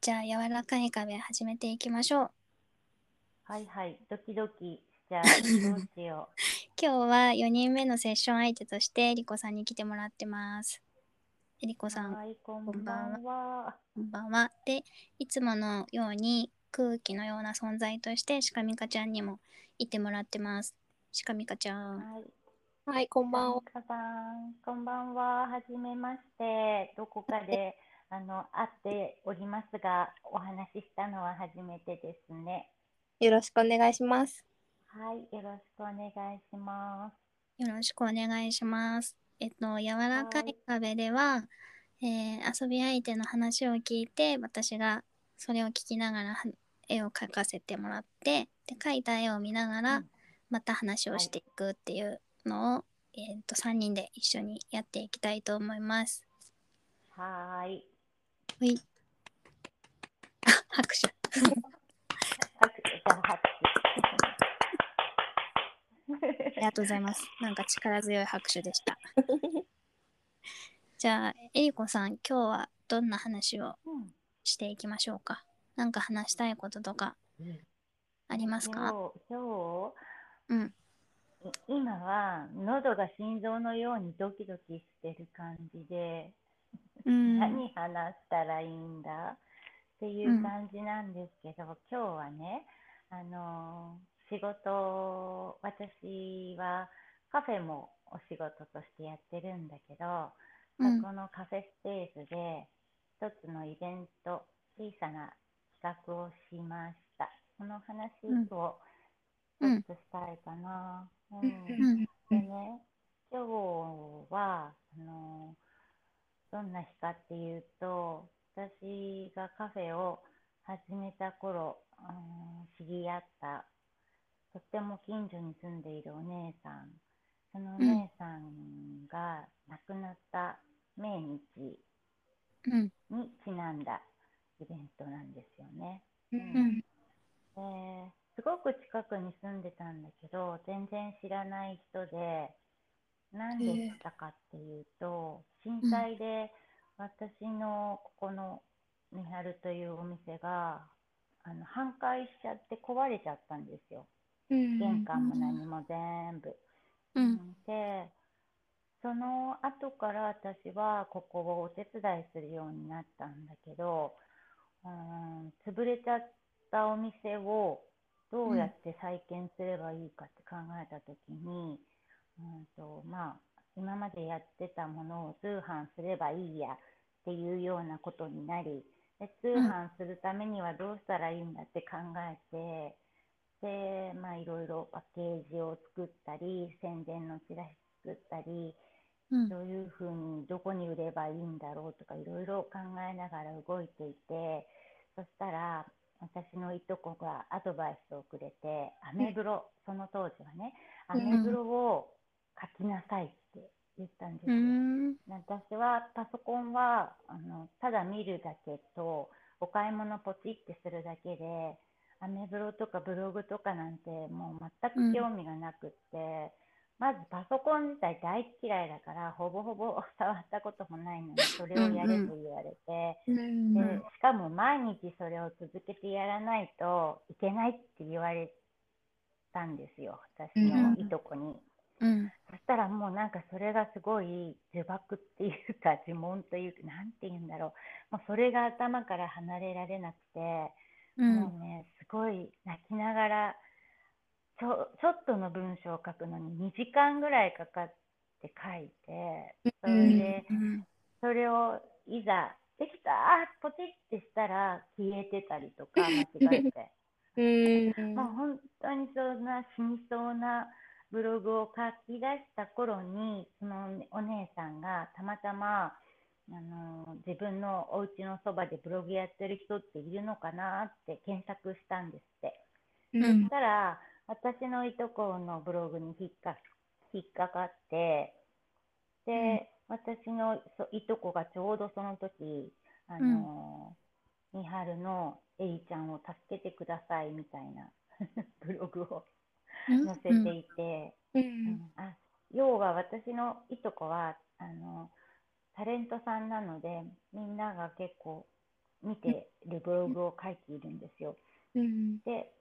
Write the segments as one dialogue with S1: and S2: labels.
S1: じゃあ柔らかい壁始めていきましょう。
S2: はいはい、ドキドキしちゃう。どうしよ
S1: 今日は4人目のセッション相手としてえりこさんに来てもらってます。えりこ
S2: う。
S1: さん、
S2: はい、こんばんは。
S1: こんばんは。で、いつものように空気のような存在としてシカミカちゃんにもいてもらってます。シカミカちゃん。
S2: はい、
S3: はい、こんばんは
S2: こ。んばん。こんばんは。はじめまして。どこかであの会っておりますが、お話ししたのは初めてですね。
S3: よろしくお願いします。
S2: はい、よろしくお願いします。
S1: よろしくお願いします。えっと、柔らか
S2: はい
S1: い壁では、えー遊び相手の話を聞いて、私がそれを聞きながらは絵を描かせてもらって、で描いた絵を見なが
S2: う
S1: ら
S2: ん、
S1: また話を
S2: はい
S1: していくっていうのを、えっと、3人で一緒にやっていきたいと思います。
S2: はーい。
S1: はい。あ、拍手。
S2: 拍手じゃあ拍
S1: ありがとうございます。なんか力強い拍手で した。じゃあ、えりこさん、今日はどんな話を
S2: 手うん
S1: していきましょうか。なんか話したいこととかありますか。
S2: 今日今
S1: うん。
S2: 日い今は喉が心臓のようにドキドキしてる感じで、
S1: うん。
S2: 何話したらいいんだっていう感じなんですけど、今日はねあの仕事私はカフェもお仕事としてやってるんだけど、
S1: うん
S2: そこのカフェスペースで一つのイベント小さな企画をしましたその話を
S1: う
S2: 一
S1: ん
S2: つしたいかな、うん
S1: うん。
S2: でね、今日は、あの、どんな日かっていうと、私がカフェを始めた頃、あの知り合った、とっても近所に住んでいるお姉さん、その
S1: う
S2: お
S1: ん
S2: 姉さんが亡くなった命日
S1: うん。
S2: にちなんだイベントなんですよね。
S1: うん。
S2: ですごく近くに住んでたんだけど全然知らない人で何で知ったかっていうと震災で私のここのみはるというお店があの半壊しちゃって壊れちゃったんですよ
S3: うん
S2: 玄関も何も全部。
S1: うん。
S2: でその後から私はここをお手伝いするようになったんだけどうーん潰れちゃったお店をどうやって再建すればいいかって考えた時に、うんとまあ、今までやってたものを通販すればいいやっていうようなことになりで通
S1: ん
S2: 販するためにはどうしたらいいんだって考えて。で、まあ、いろいろパッケージを作ったり、宣伝のチラシ作ったり、
S1: うん。
S2: どういうふうに、どこに売ればいいんだろうとか、いろいろ考えながら動いていて、そしたら、私のいとこがアドバイスをくれて、アメブロ、その当時はね、ア
S3: う
S2: メ
S3: ん
S2: ブロを書きなさいって言ったんで
S1: う
S2: すよ。
S1: ん。
S2: 私はパソコンはあのただ見るだけとお買い物ポチってするだけでアメブロとかブログとかなんてもう全く興味がなくって、まずパソコン自体大嫌いだからほぼほぼ触ったこともないのにそれをやれと言われて、
S3: うん
S2: でしかも毎日それを続けてやらないといけないって言われたんですよ私のいとこに。
S1: うん。
S2: そしたらもうなんかそれがすごい呪縛っていうか呪文というかなんて言うんだろうもうそれが頭から離れられなくて、
S1: うん
S2: もうねすごい泣きながらちょちょっとの文章を書くのに2時間ぐらいかかって書いてそれでそれをいざできたポチってしたら消えてたりとか間違えて。
S3: うん
S2: もう本当にそんな死にそうなブログを書き出した頃にそのお姉さんがたまたまあの自分のお家のそばでブログやってる人っているのかなって検索したんですって。
S3: うん
S2: そしたら私のいとこのブログに引っか引っかかってで、私のそいとこがちょうどその時あの、みはるのえりちゃんを助けてくださいみたいな ブログを載せていて、
S3: う
S2: うん
S3: ん
S2: あ要は私のいとこはあのタレントさんなのでみんなが結構見てるブログを書いているんですよ。
S3: うん。
S2: で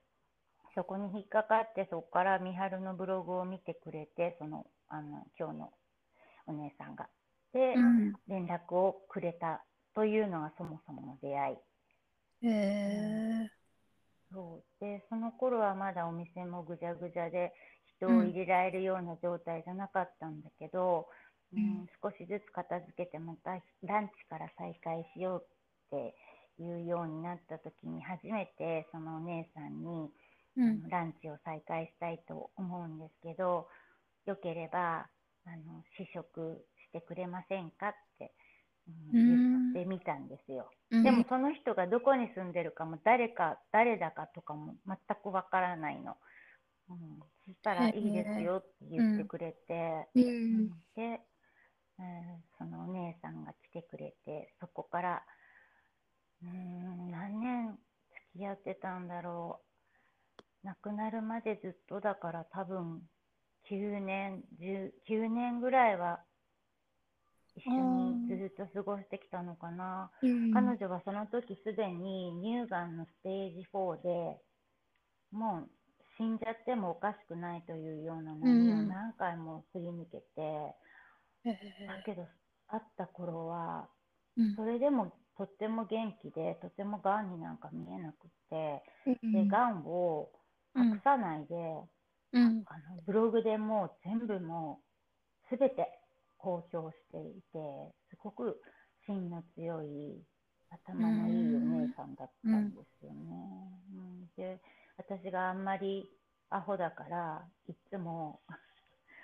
S2: そこに引っかかってそこから美晴のブログを見てくれてそのあの今日のお姉さんが。で、
S1: うん
S2: 連絡をくれたというのがそもそもの出会い。
S1: へえ
S2: そうでその頃はまだお店もぐじゃぐじゃで人を入れられるような状態じゃなかったんだけど、
S1: うん
S2: うん少しずつ片付けてまたランチから再開しようっていうようになった時に初めてそのお姉さんに、
S1: う
S2: あ
S1: ん
S2: のランチを再開したいと思うんですけどよければあの試食してくれませんかって、う
S1: うん
S2: ん、言ってみたんですよ。
S1: うん
S2: でもその人がどこに住んでるかも誰か誰だかとかも全くわからないの、うん、そしたら
S1: へ
S2: い
S1: え
S2: いですよって言ってくれて、
S3: う
S2: うん
S3: ん。
S2: で、うんそのお姉さんが来てくれてそこから、うん、何年付き合ってたんだろう亡くなるまでずっとだから多分9年19年ぐらいは一緒にずっと過ごしてきたのかな。
S3: うん
S2: 彼女はその時すでに乳がんのステージ4でもう死んじゃってもおかしくないというような波を
S1: うん
S2: 何回もすり抜けて、
S1: へ
S2: だけど会った頃は
S1: うん
S2: それでもとっても元気でとてもがんになんか見えなくって、
S3: うん
S2: でがんを隠さないで、
S1: うん
S2: あのブログでもう全部もう全て公表していてすごく芯の強い頭のいいお姉さんだったんですよね。うんで私があんまりアホだからいつも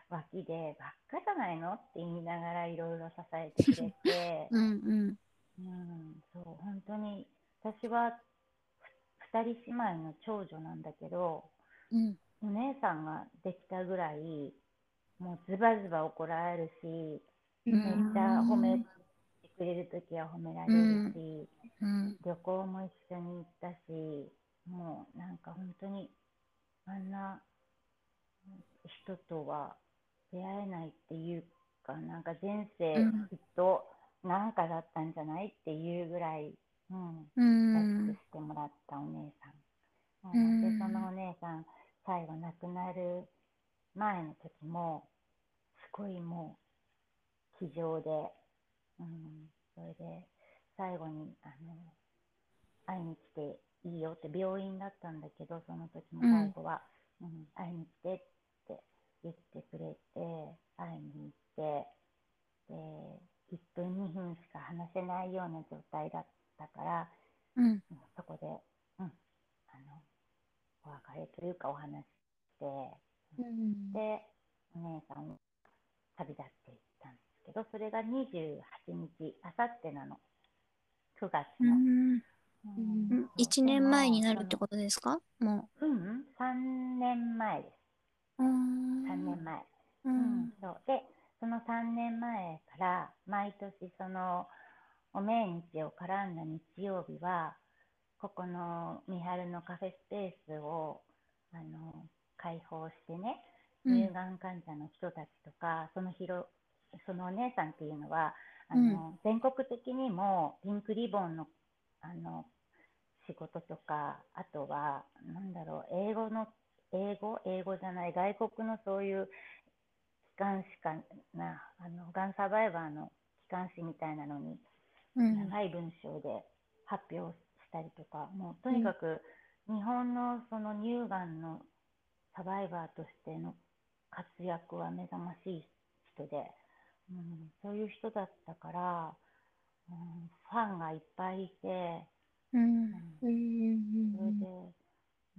S2: 脇で「ばっかじゃないの?」って言いながらいろいろ支えてくれて。
S1: うんうん
S2: うん、そう、本当に、私はふ二人姉妹の長女なんだけど、
S1: うん
S2: お姉さんができたぐらい、もうズバズバ怒られるし、
S3: う
S2: めっ
S3: ん
S2: ちゃ褒めてくれるときは褒められるし、
S1: うん
S2: 旅行も一緒に行ったし、もうなんか本当に、あんな人とは出会えないっていうか、なんか人生
S1: うん
S2: きっとなんかだったんじゃないっていうぐらい、うん、
S1: う
S2: 大
S1: ん
S2: きくしてもらったお姉さん。
S1: うん
S2: うんで、そのお姉さん、最後亡くなる前の時も、すごいもう、気丈で、うん、それで、最後に、あの、会いに来ていいよって、病院だったんだけど、その時も
S1: うん
S2: 最後は、うん、会いに来てって言ってくれて、会いに行って、で、1分2分しか話せないような状態だったから、
S1: うん
S2: うんそこで、うん、あの、お別れというかお話しして、
S3: うん
S2: で、お姉さんは旅立っていったんですけど、それが28日、あさってなの。9月
S1: う
S2: の。
S1: ん
S3: ん
S1: うん一年前になるってことですかも
S2: とうん、3年前です。
S1: ううん
S2: 3年前。
S1: う
S2: うん
S1: ん、
S2: そうでその3年前から毎年そのお命日を絡んだ日曜日はここの三春のカフェスペースをあの開放してね
S1: うん
S2: 乳がん患者の人たちとか、その広そのお姉さんっていうのはあの、全国的にもピンクリボンのあの仕事とかあとはなんだろう英語の英語英語じゃない外国のそういう機関士かなあのがんサバイバーの機関士みたいなのに
S1: うん
S2: 長い文章で発表したりとか、もうとにかく日本のその乳がんのサバイバーとしての活躍は目覚ましい人で、うん、そういう人だったから、うん、ファンがいっぱいいて、
S1: うん
S2: うん
S3: うんうん
S2: それで、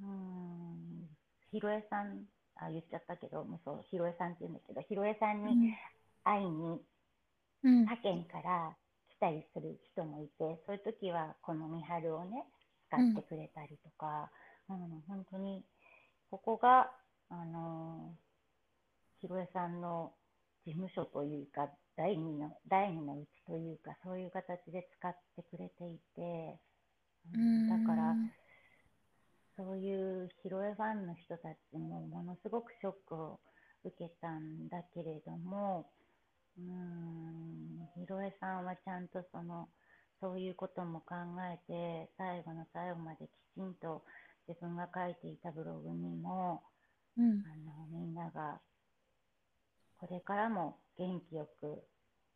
S2: うん、ひろえさん、あ、言っちゃったけど、もうそう、ひろえさんって言うんだけど、ひろえさんに会いに
S1: うん
S2: 他県から来たりする人もいて、そういう時はこの三春をね、使ってくれたりとか、うん、本当に、ここが、あのーひろえさんの事務所というか、第二の、第二のうちというか、そういう形で使ってくれていて、うんだから、そういう広いファンの人たちもものすごくショックを受けたんだけれども、うーん、広江さんはちゃんとそのそういうことも考えて、最後の最後まできちんと自分が書いていたブログにも、
S1: うん
S2: あのみんながこれからも元気よく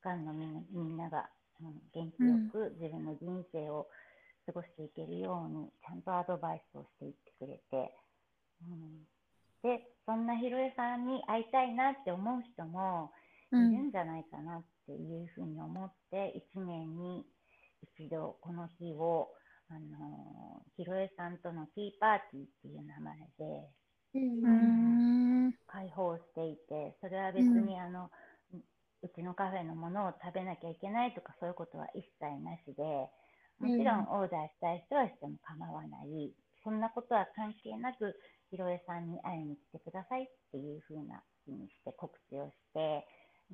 S2: がんのみんなみんなが、うん、元気よく自分の人生を過ごしていけるようにちゃんとアドバイスをしていってくれて、うん、でそんなひろえさんに会いたいなって思う人もいるんじゃないかなっていうふうに思って1年に一度この日をあのひろえさんとのティーパーティーっていう名前で
S1: うーん
S2: 開放していてそれは別にあの、ううちのカフェのものを食べなきゃいけないとかそういうことは一切なしでもちろんオーダーしたい人はしても構わない、そんなことは関係なくひろえさんに会いに来てくださいっていう風なふうにして告知をして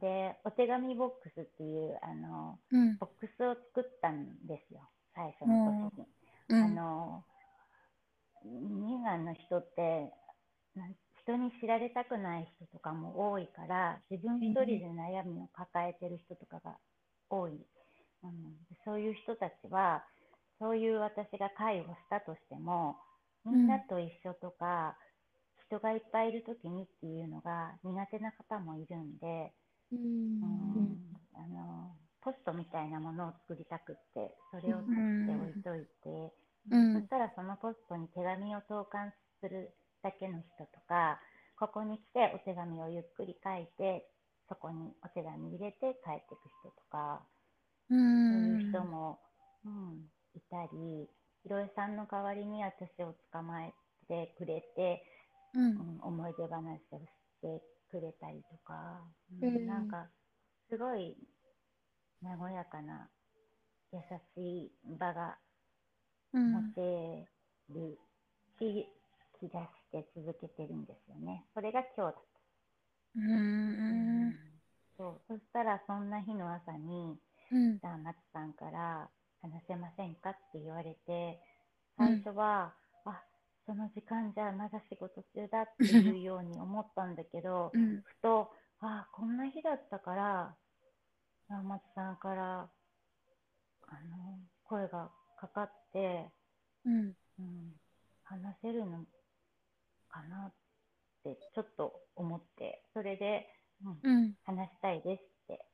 S2: でお手紙ボックスっていうあの
S1: うん
S2: ボックスを作ったんですよ最初の
S1: う
S2: 年に。あ
S1: ん
S2: の乳がんの人ってなん人に知られたくない人とかも多いから自分一人で悩みを抱えてる人とかが多い、うん、そういう人たちはそういう私が会をしたとしてもみんなと一緒とか、人がいっぱいいる時にっていうのが苦手な方もいるんで、うんあのポストみたいなものを作りたくってそれを取って置いといて。
S1: うん
S2: そしたらそのポストに手紙を投函するだけの人とか、ここに来てお手紙をゆっくり書いて、そこにお手紙入れて帰っていく人とか、
S1: う
S2: そうい
S1: ん
S2: う人も、うん、いたり、ひろえさんの代わりに私を捕まえてくれて、
S1: う
S2: うんん、思い出話をしてくれたりとか、う
S3: うん
S2: ん、なんかすごい和やかな優しい場が
S1: うん
S2: 持てるし気がして続けてるんですよね。それが今日だっ
S1: うん
S2: た。そうそしたらそんな日の朝に、
S1: うん
S2: じゃあ松さんから話せませんかって言われて、最初は、あその時間じゃまだ仕事中だっていうように思ったんだけど、
S1: うん
S2: ふと、あこんな日だったから、あ松さんからあの声がかかって、
S1: うん
S2: うん、話せるのかなってちょっと思ってそれで、うん、
S1: うん
S2: 話したいですって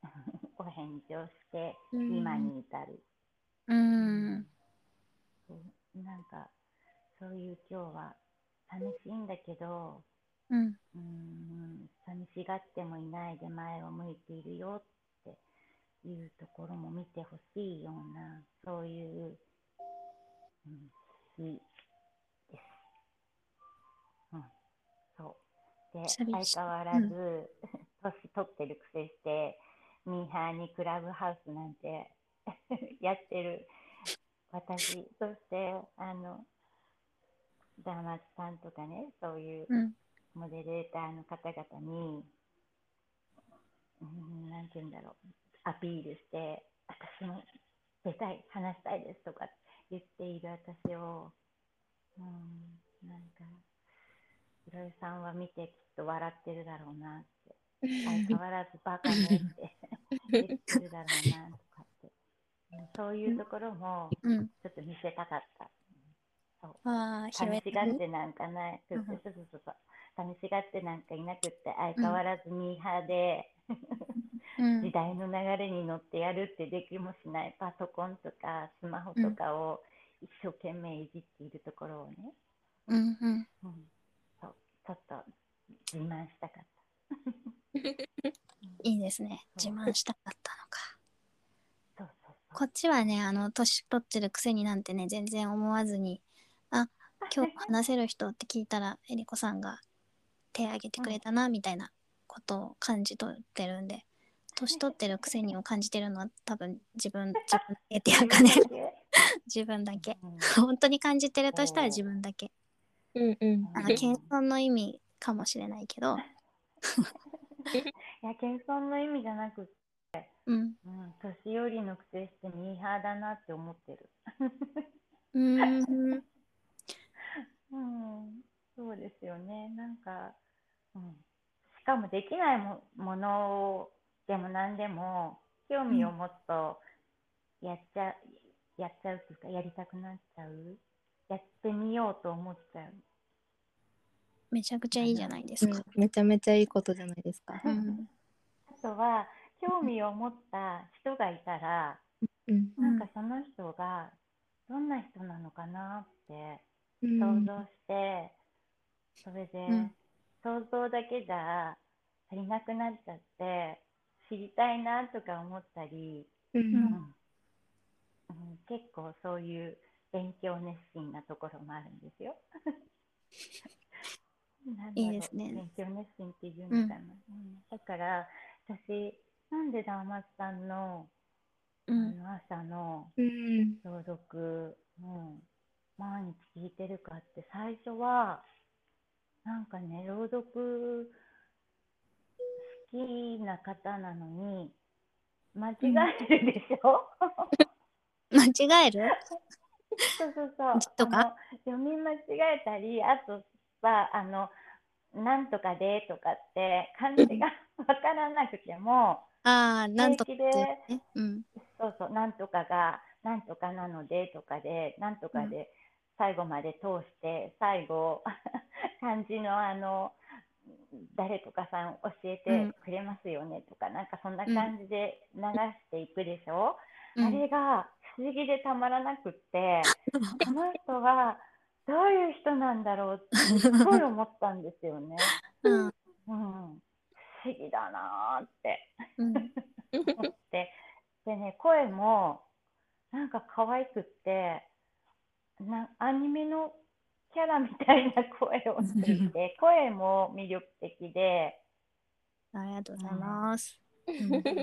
S2: お返事をして今に至る、
S1: うん
S2: そうなんかそういう今日は寂しいんだけど、
S1: うん
S2: うん、寂しがってもいないで前を向いているよっていうところも見てほしいようなそういう、うん、日です。うん、そうで
S1: 寂
S2: 相
S1: しい
S2: 変わらず、年取ってるくせしてミーハーにクラブハウスなんてやってる私そしてあのダーマツさんとかねそういう
S1: うん
S2: モデレーターの方々に、うん、なんて言うんだろう、アピールして、私も出たい、話したいですとか言っている私を、うん、なんか、ひろゆさんは見てきっと笑ってるだろうなって、相変わらずバカねって言ってるだろうなとかって、うんそういうところも
S1: うん
S2: ちょっと見せたかった。
S1: ああ
S2: 寂
S1: 広
S2: し
S1: い
S2: がってなんかない、そうそうそうそうそう寂しがってなんかいなくって相変わらずミーハーで、
S1: うん
S2: 時代の流れに乗ってやるってできもしないパソコンとかスマホとかを一生懸命いじっているところをね、
S1: うんうん
S2: うん、そうちょっと自慢したかっ
S1: いいですね自
S2: そう
S1: 慢したかったのか
S2: たそうそうそう
S1: こっちはねあの年取ってるくせになんてね全然思わずにあ今 日話せる人って聞いたらえりこさんが手挙げてくれたなみたいなことを感じ取ってるんで年取ってるくせにを感じてるのは多分自分自分だけっていうかね 自分だけ本当に感じてるとしたら自分だけあ の謙遜の意味かもしれない けど
S2: いや謙遜の意味じゃなくて、
S1: うん
S2: うん、年寄りのくせしてミーハーだなって思ってる
S1: うーん
S2: うん、そうですよね。なんか、うん、しかもできないも、ものでも何でも興味を持つとやっちゃ、やっちゃうっていうかやりたくなっちゃうやってみようと思っちゃう
S1: めちゃくちゃいいじゃないですか。
S3: めちゃめちゃいいことじゃないですか。
S1: うん。
S2: あとは興味を持った人がいたら
S3: うん。
S2: なんかその人がどんな人なのかなって
S3: うん
S2: 想像して、それで、
S1: ん
S2: 想像だけじゃ足りなくなっちゃって知りたいなとか思ったり、
S3: う
S2: うん
S3: ん。
S2: うん結構そういう勉強熱心なところもあるんですよ。 なんだろう
S1: いいですね
S2: 勉強熱心っていうのかな。うんだから私なんでダーマスさんの,、
S1: う
S2: あ
S1: ん。
S2: の朝の
S3: うん。
S2: 朗読もう毎日聞いてるかって最初はなんかね朗読好きな方なのに間違えるでしょ、
S1: 間違える
S2: そうそうそう
S1: 字とか
S2: あの読み間違えたりあとさあのなんとかでとかって漢字が わからなくても
S1: ああ、なんとか
S2: 平
S1: っ
S2: 気で
S1: てね。うん。
S2: そうそう、なんとかが、なんとかなのでとかで、なんとかで、最後まで通して、最後、 漢字のあの、誰とかさん教えてくれますよねとか、なんかそんな感じで流していくでしょ、
S1: うん
S2: あれが不思議でたまらなくって、この人はどういう人なんだろうってすごい思ったんですよね。
S1: うん。
S2: うん、不思議だなーって。
S1: うん。
S2: 思ってでね声もなんか可愛くってなアニメのキャラみたいな 声をしてい て声も魅力的で
S1: ありがとうございます。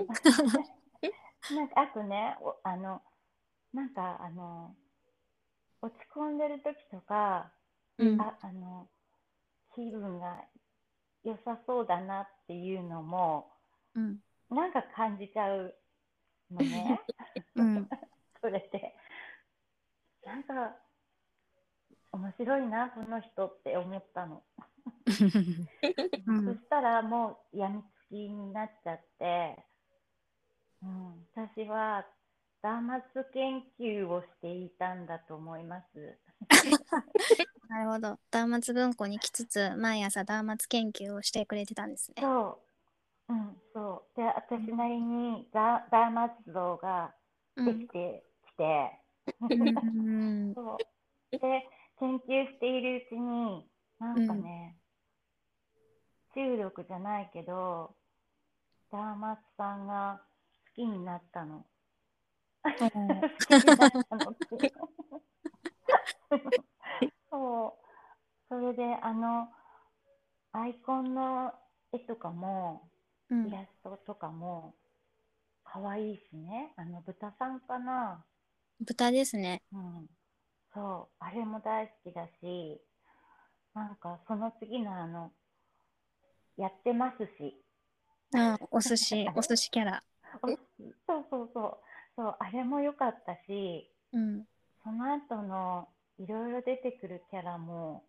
S2: なんかあとねおあのなんかあの落ち込んでる時とか
S1: うん。
S2: ああの気分が良さそうだなっていうのも
S1: うん。
S2: なんか感じちゃうのね。
S1: うん。
S2: それでなんか面白いなこの人って思った
S1: う
S2: の、
S1: ん
S2: そしたらもう病みつきになっちゃって、うん、私はダーマツ研究をしていたんだと思います
S1: なるほど。ダーマツ文庫に来つつ、毎朝ダーマツ研究をしてくれてたんですね。
S2: そううんそうで私なりにダダーマツ像が
S1: う
S2: で
S1: ん
S2: き。てきて、
S1: うん。
S2: そう。で、研究しているうちに、なんかね、中力じゃないけど、ダーマツさんが好きになったの。 好きになったのって。そう。それで、あの、アイコンの絵とかも、
S1: うん
S2: イラストとかも、可愛いしね。あの、豚さんかな。
S1: 豚ですね。
S2: うん、そう、あれも大好きだし、なんかその次のあの、やってますし、
S1: あお寿司、お寿司キャラ。
S2: おそうそうそう、そう、あれも良かったし、
S1: うん。
S2: その後のいろいろ出てくるキャラも、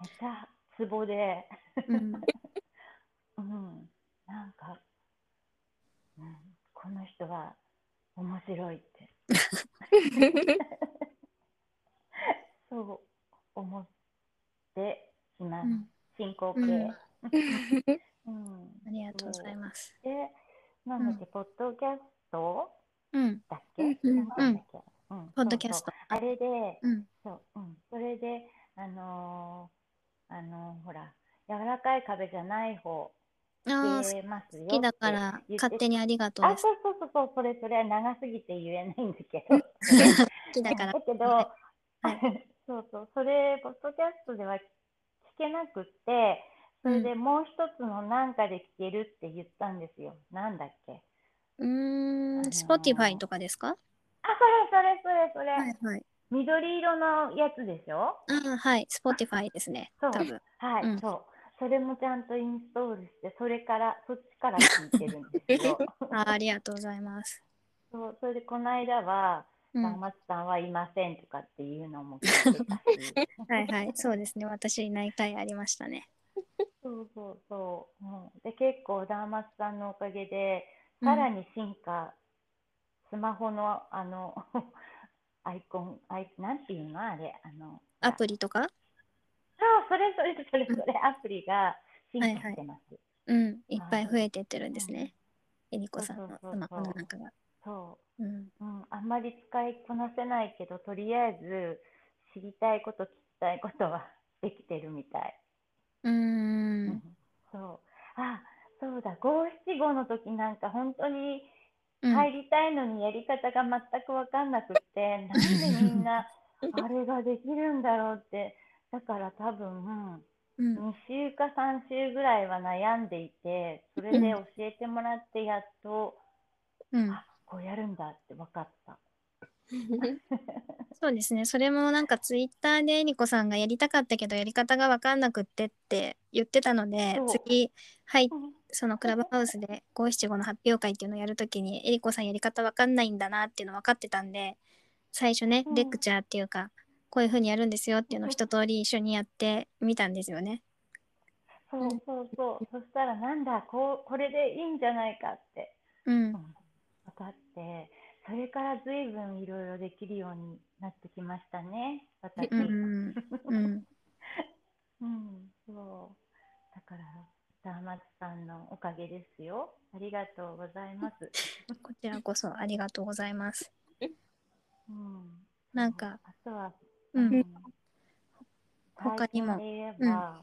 S2: めっちゃツボで、
S1: うん。
S2: うん、なんか、うん、この人は面白いって、そう思っていま
S1: う
S2: す。
S1: ん
S2: 進行形。うん、
S1: ありがとうございます。
S2: で、なんだっけ、ポッドキャスト
S1: うん。
S2: だっけ、
S3: うんうん
S2: なんだっけうん
S1: ポッドキャスト
S2: そうそうあれで、
S1: うん。
S2: そう、うん、それで、あのーあのーほら、柔らかい壁じゃない方、
S1: ああ、
S2: 言
S1: 好
S2: えますよって
S1: きだから
S2: 言って
S1: 勝手にありがとう
S2: あ、
S1: です。
S2: そうそうそうそう、それそれ、長すぎて言えないんだけど。
S1: 好きだから。
S2: けど、
S1: は
S2: そうそう、それ、ポッドキャストでは聞けなくって、それでもう一つのなんかで聞けるって言ったんですよ。なんだっけ。
S1: うーん。Spotify とかですか
S2: あ、それそれそれそれ。
S1: はいはい。
S2: 緑色のやつでしょ
S1: ああ、はい。Spotify ですね。
S2: そ
S1: 多
S2: う
S1: 分。
S2: はい、
S1: うん
S2: そう。それもちゃんとインストールして、それから、そっちから聞いてるんで すよ。
S1: あーありがとうございます。
S2: そうそれで、この間は、
S1: うん。
S2: さん
S1: は
S2: まつさんはいませんとかっていうのも聞いてた し。
S1: いはい。そうですね。私いない回ありましたね。
S2: そうそうそう。うん、で、結構、ダーマスさんのおかげで、
S1: うん
S2: さらに進化、スマホの、あの、 アイコン、アイなんていうのあれ、あの、
S1: ア
S2: リ。
S1: プリとか
S2: あ、それそれそれそれ、アプリが進化してます。
S1: うん、いっぱい増えてってるんですね。えりこさん
S2: そう
S1: の
S2: そうそうそう
S1: スマホの中が。
S2: そ
S1: うん、
S2: う、うん、あんまり使いこなせないけど、とりあえず知りたいこと、聞きたいことはできてるみたい。
S1: うー、
S2: うんそう。あ、そうだ、五七五の時なんか本当に
S1: うん、
S2: 入りたいのにやり方が全く分かんなくって、なんでみんなあれができるんだろうって。だから多分、
S1: うん、
S2: 2週か3週ぐらいは悩んでいて、それで教えてもらってやっと、
S1: うん
S2: あ、こうやるんだって分かった。
S1: そうですね。それもなんかツイッターでえりこさんがやりたかったけどやり方がわかんなくってって言ってたので
S2: そう、
S1: 次はいそのクラブハウスで五七五の発表会っていうのをやるときにえりこさんやり方わかんないんだなっていうの分かってたんで、最初ね
S2: うん
S1: レクチャーっていうかこういう風にやるんですよっていうのを一通り一緒にやってみたんですよね。
S2: そううんそうそう。そしたらなんだ、こう、これでいいんじゃないかって
S1: うん
S2: うん、分かって、それから随分いろいろできるようになってきましたね、私。
S1: うんうんうん
S2: うん、そう。だから、ダーマツさんのおかげですよ。ありがとうございます。
S1: こちらこそありがとうございます。
S2: うん、
S1: なんか、
S2: あとは、
S1: うん
S2: うん
S1: 他にも
S2: 最近で言えば、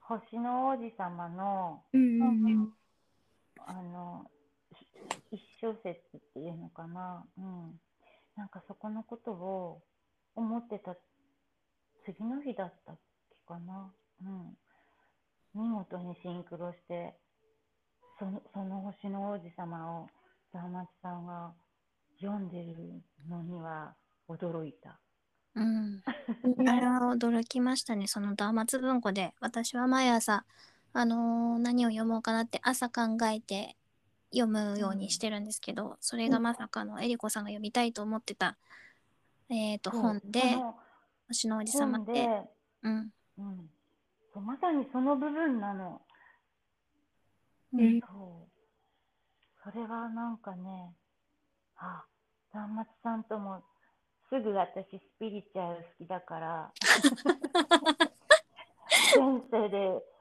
S2: 星の王子様の、
S3: うんうんうん
S2: あの、ひ一小節っていうのかな、うん。なんかそこのことを思ってた次の日だったっけかな、うん。見事にシンクロして、そのその星の王子様を、ダーマチさんが読んでるのには驚いた。
S1: うん、あれは驚きましたね。そのダーマツ文庫で、私は毎朝、あのー何を読もうかなって朝考えて読むようにしてるんですけど、それがまさかのえりこさんが読みたいと思ってた、えっ、と、本で、
S2: その
S1: 星の王子様
S2: 本
S1: っ
S2: で、
S1: て、うん、
S2: うん、そうまさにその部分なの。
S3: うん
S2: そう。それはなんかね、あ、端末さんとも、すぐ私スピリチュアル好きだから、先生で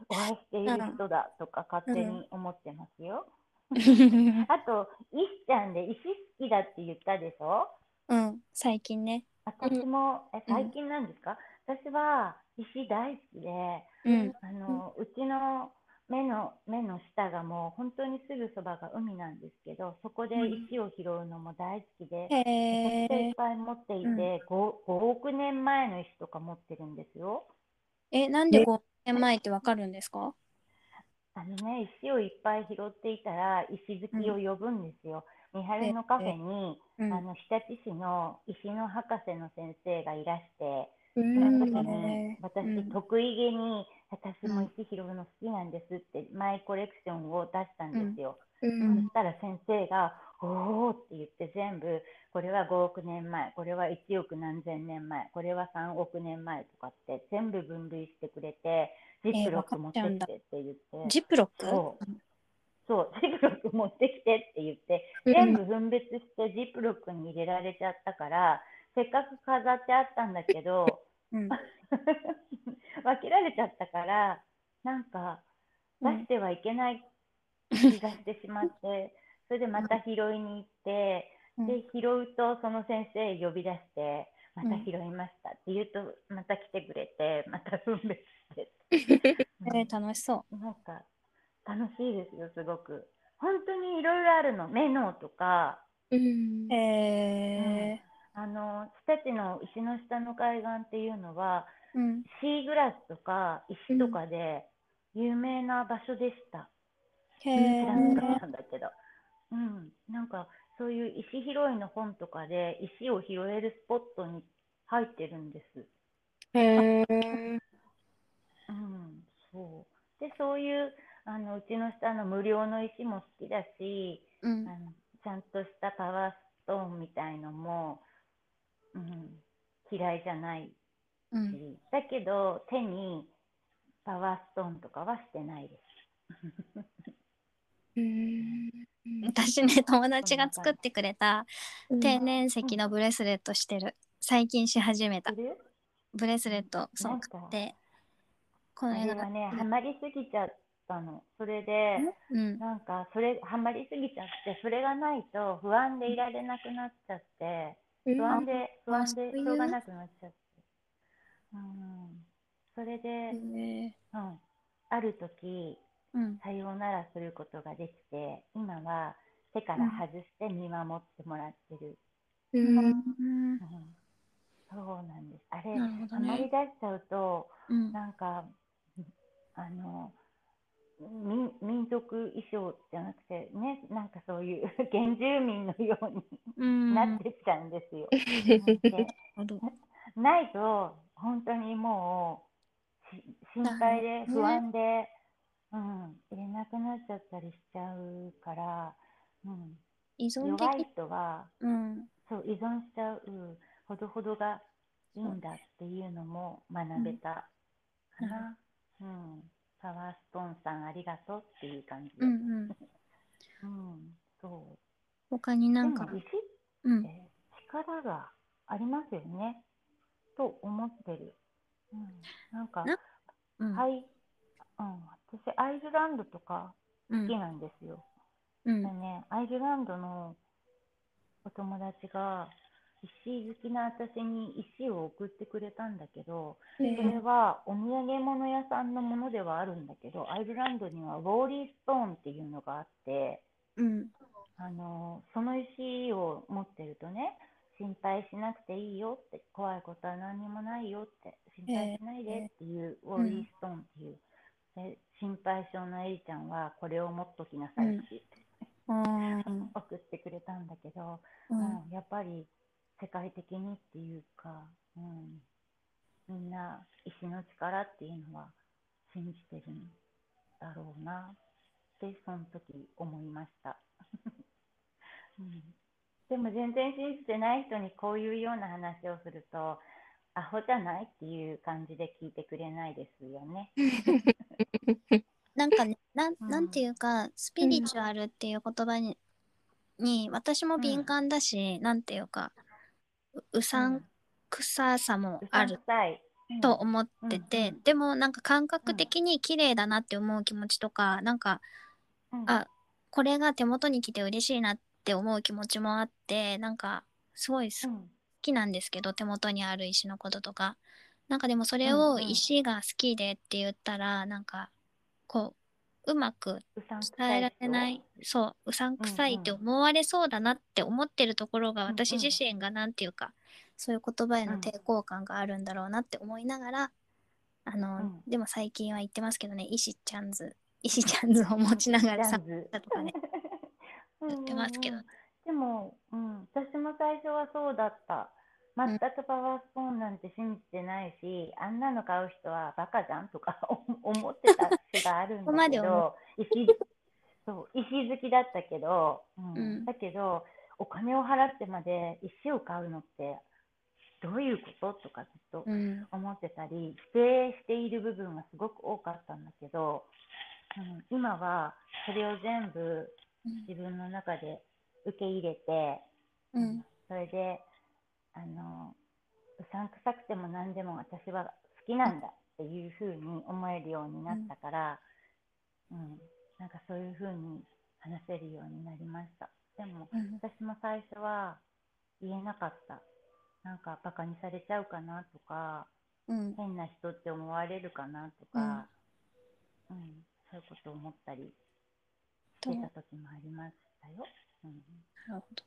S2: お会いしている人だとか勝手に思ってますよ。 あと、石ちゃんで石好きだって言ったでしょ
S1: うん、最近ね。
S2: 私も、え、
S1: うん
S2: 最近なんですか、私は石大好きで、
S1: うん、
S2: あの、うちの目の目の下がもう本当にすぐそばが海なんですけどそこで石を拾うのも大好きで、
S1: へ
S2: めちゃくちゃいっ
S1: え。
S2: ぱい持っていて、
S1: うん
S2: 5, 5億年前の石とか持ってるんですよ。
S1: え、なんで5年前ってわかるんですか
S2: あのね石をいっぱい拾っていたら石好きを呼ぶんですよ。三春のカフェに、
S1: うん
S2: あの日立市の石の博士の先生がいらして、
S3: うん
S2: その時
S1: へー
S2: に私、
S1: うん
S2: 得意げに私も石拾うの好きなんですって、マイコレクションを出したんですよ。
S3: うん
S2: そしたら先生が「おお」って言って全部これは5億年前これは1億何千年前これは3億年前とかって全部分類してくれてジップロック持ってきてって言って、
S1: ジップロック
S2: そうそうジップロック持ってきてって言って全部分別してジップロックに入れられちゃったから、せっかく飾ってあったんだけど
S1: うん、
S2: 分けられちゃったからなんか出してはいけない気がしてしまって、 それでまた拾いに行って、
S1: うん
S2: で拾うとその先生呼び出して「ま
S1: ん
S2: た拾いました」って言うとまた来てくれてまた分別して、
S1: えー楽しそ
S2: なんか楽しいですよすごく本当にいろいろあるのメノとか
S3: うん
S1: う。へえ。
S2: あの日立の石の下の海岸っていうのは
S1: うん
S2: シーグラスとか石とかで有名な場所でした。
S1: へ
S2: 知
S1: え
S2: らなかったんだけど、うん、なんかそういう石拾いの本とかで石を拾えるスポットに入ってるんです。
S3: へ
S2: うん、そうでそういうあのうちの下の無料の石も好きだし
S1: うん
S2: あのちゃんとしたパワーストーンみたいのも、うん、嫌いじゃないし
S1: うん
S2: だけど手にパワーストーンとかはしてないです。
S3: うん。
S1: 私ね友達が作ってくれた
S3: うん
S1: 天然石のブレスレットしてる最近し始めた
S2: する
S1: ブレスレットそ
S2: な
S1: うん
S2: か
S1: 買ってこ
S2: あ
S1: れ
S2: れ
S1: が
S2: はね、ハマりすぎちゃったの。それで、
S1: うん
S2: なんか、それ、ハマりすぎちゃって、それがないと不安でいられなくなっちゃって、
S3: うん
S2: 不安で、不安
S1: そうい
S2: で、
S1: う
S2: しょうがなくなっちゃって。うん。それで、
S1: へ
S2: うん。ある時、
S1: ーうん
S2: さようならすることができて、今は手から外して見守ってもらってる。
S3: うん
S1: うん
S2: うんそうなんです。あ
S1: な
S2: れ、
S1: るほど
S2: あまり
S1: ね
S2: 出しちゃうと、
S1: うん
S2: なんか、あの、民民族衣装じゃなくてね、なんかそういう 原住民のよう
S1: うん
S2: にな
S1: な
S2: っ
S1: る
S2: てっちゃうんです よ。で
S1: ほど
S2: ないと、本当にもう、し心配で、不安で、うん、入れなくなっちゃったりしちゃうから、うん、
S1: 依存
S2: 弱い
S1: 的
S2: 人は、
S1: うん
S2: そう、依存しちゃう、うんほどほどがいいんだっていうのも学べたかな。うん。パワーストーンさんありがとうっていう感じで。
S1: うんうん
S2: うんそ
S1: 他に
S2: う。
S1: な
S2: で
S1: ん
S2: も
S1: か
S2: 石っ
S1: うん
S2: て力がありますよね。と思ってる。うん。なんか、
S1: なうん
S2: はい。うん。私、アイルランドとか
S1: う
S2: 好
S1: ん
S2: きなんですよ。
S1: うん
S2: でね、アイルランドのお友達が石好きな私に石を送ってくれたんだけど、それはお土産物屋さんのものではあるんだけど、アイルランドにはウォーリーストーンっていうのがあって、
S1: うん
S2: あのその石を持ってるとね、心配しなくていいよって、怖いことは何にもないよって、心配しないでっていう、ウォーリーストーンっていう、で心配性のエリちゃんはこれを持っときなさいって言って。
S1: うん
S2: 送ってくれたんだけど、
S1: う
S2: うんんやっぱり世界的にっていうか、うん、みんな石の力っていうのは信じてるんだろうなってその時思いました、 うん、でも全然信じてない人にこういうような話をするとアホじゃないっていう感じで聞いてくれないですよね。
S1: なんか ね、なん
S2: うん
S1: なんていうか、スピリチュアルっていう言葉に、に私も敏感だし、なんていうか、ううさんくささも
S2: うん
S1: ある
S2: うさんくさい
S1: と思ってて、
S2: うんうん
S1: でもなんか感覚的に綺麗だなって思う気持ちとか、なんか、
S2: うんうん
S1: あ、これが手元に来て嬉しいなって思う気持ちもあって、なんか、すごい好
S2: うん
S1: 好きなんですけど手元にある石のこととかなんかでもそれ
S2: うん
S1: を
S2: うん
S1: 石が好きでって言ったら、なんかこううまく
S2: うさんくさ
S1: 伝え
S2: い
S1: られない
S2: 人
S1: そううさんくさいって
S2: うんうん
S1: 思われそうだなって思ってるところが
S2: うんうん
S1: 私自身がなんていうか、そういう言葉への抵抗感があるんだろうなって思いながら、あの、
S2: うん
S1: でも最近は言ってますけどね石ちゃんず石ちゃんずを持ちながら
S2: ジ
S1: さ
S2: ャンズ
S1: とかねやってますけど
S2: うんうんうんでも、うん、私も最初はそうだった全くパワースポーンなんて信じてないし、あんなの買う人はバカじゃんとか 思ってた節があるん
S1: そこま
S2: だ
S1: で
S2: け
S1: 思
S2: ど石そう石好きだったけど、うん
S1: うん
S2: だけどお金を払ってまで石を買うのってどういうこととかずっと
S1: うん
S2: 思ってたり否定している部分がすごく多かったんだけど、うん、今はそれを全部自分の中で受け入れて、
S1: うん
S2: それであのうさんくさくても何でも私は好きなんだっていうふうに思えるようになったから、うんなんかそういうふうに話せるようになりました。でも
S1: うん
S2: 私も最初は言えなかった。なんかバカにされちゃうかなとか、
S1: うん
S2: 変な人って思われるかなとか、うんそういうことを思ったりして
S1: とな
S2: た時もありましたよ。うん
S1: るほど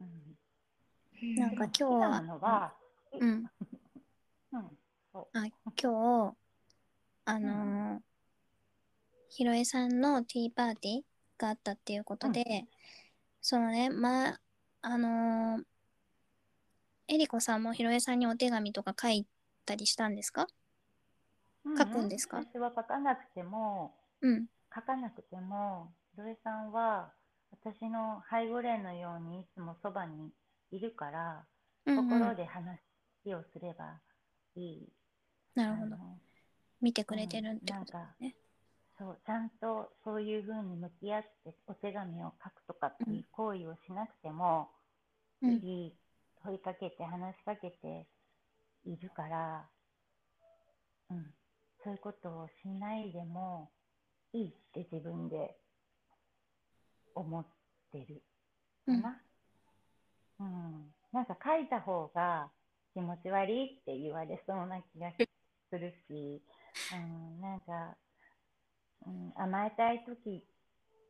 S2: うん、
S1: なんか今日は
S2: 好きなものは、
S1: うん
S2: うん、
S1: あ今日あのーひろえさんのティーパーティーがあったっていうことで、そのねまあのーえりこさんもひろえさんにお手紙とか書いたりしたんですか
S2: う
S1: 書くんですか
S2: 私は書かなくても、
S1: うん
S2: 書かなくても、ひろえさんは私の背後霊のようにいつもそばにいるから、
S1: うんうん
S2: 心で話をすればいい。
S1: なるほど
S2: あの
S1: 見てくれてるってこと
S2: うんなんか
S1: ね
S2: そうちゃんとそういうふうに向き合ってお手紙を書くとかっていう行為をしなくても、
S1: うん
S2: 日々問いかけて話しかけているから、うん、そういうことをしないでもいいって自分で思ってるか
S1: うん
S2: な。うん、なんか書いた方が気持ち悪いって言われそうな気がするし、うん、なんか、うん、甘えたい時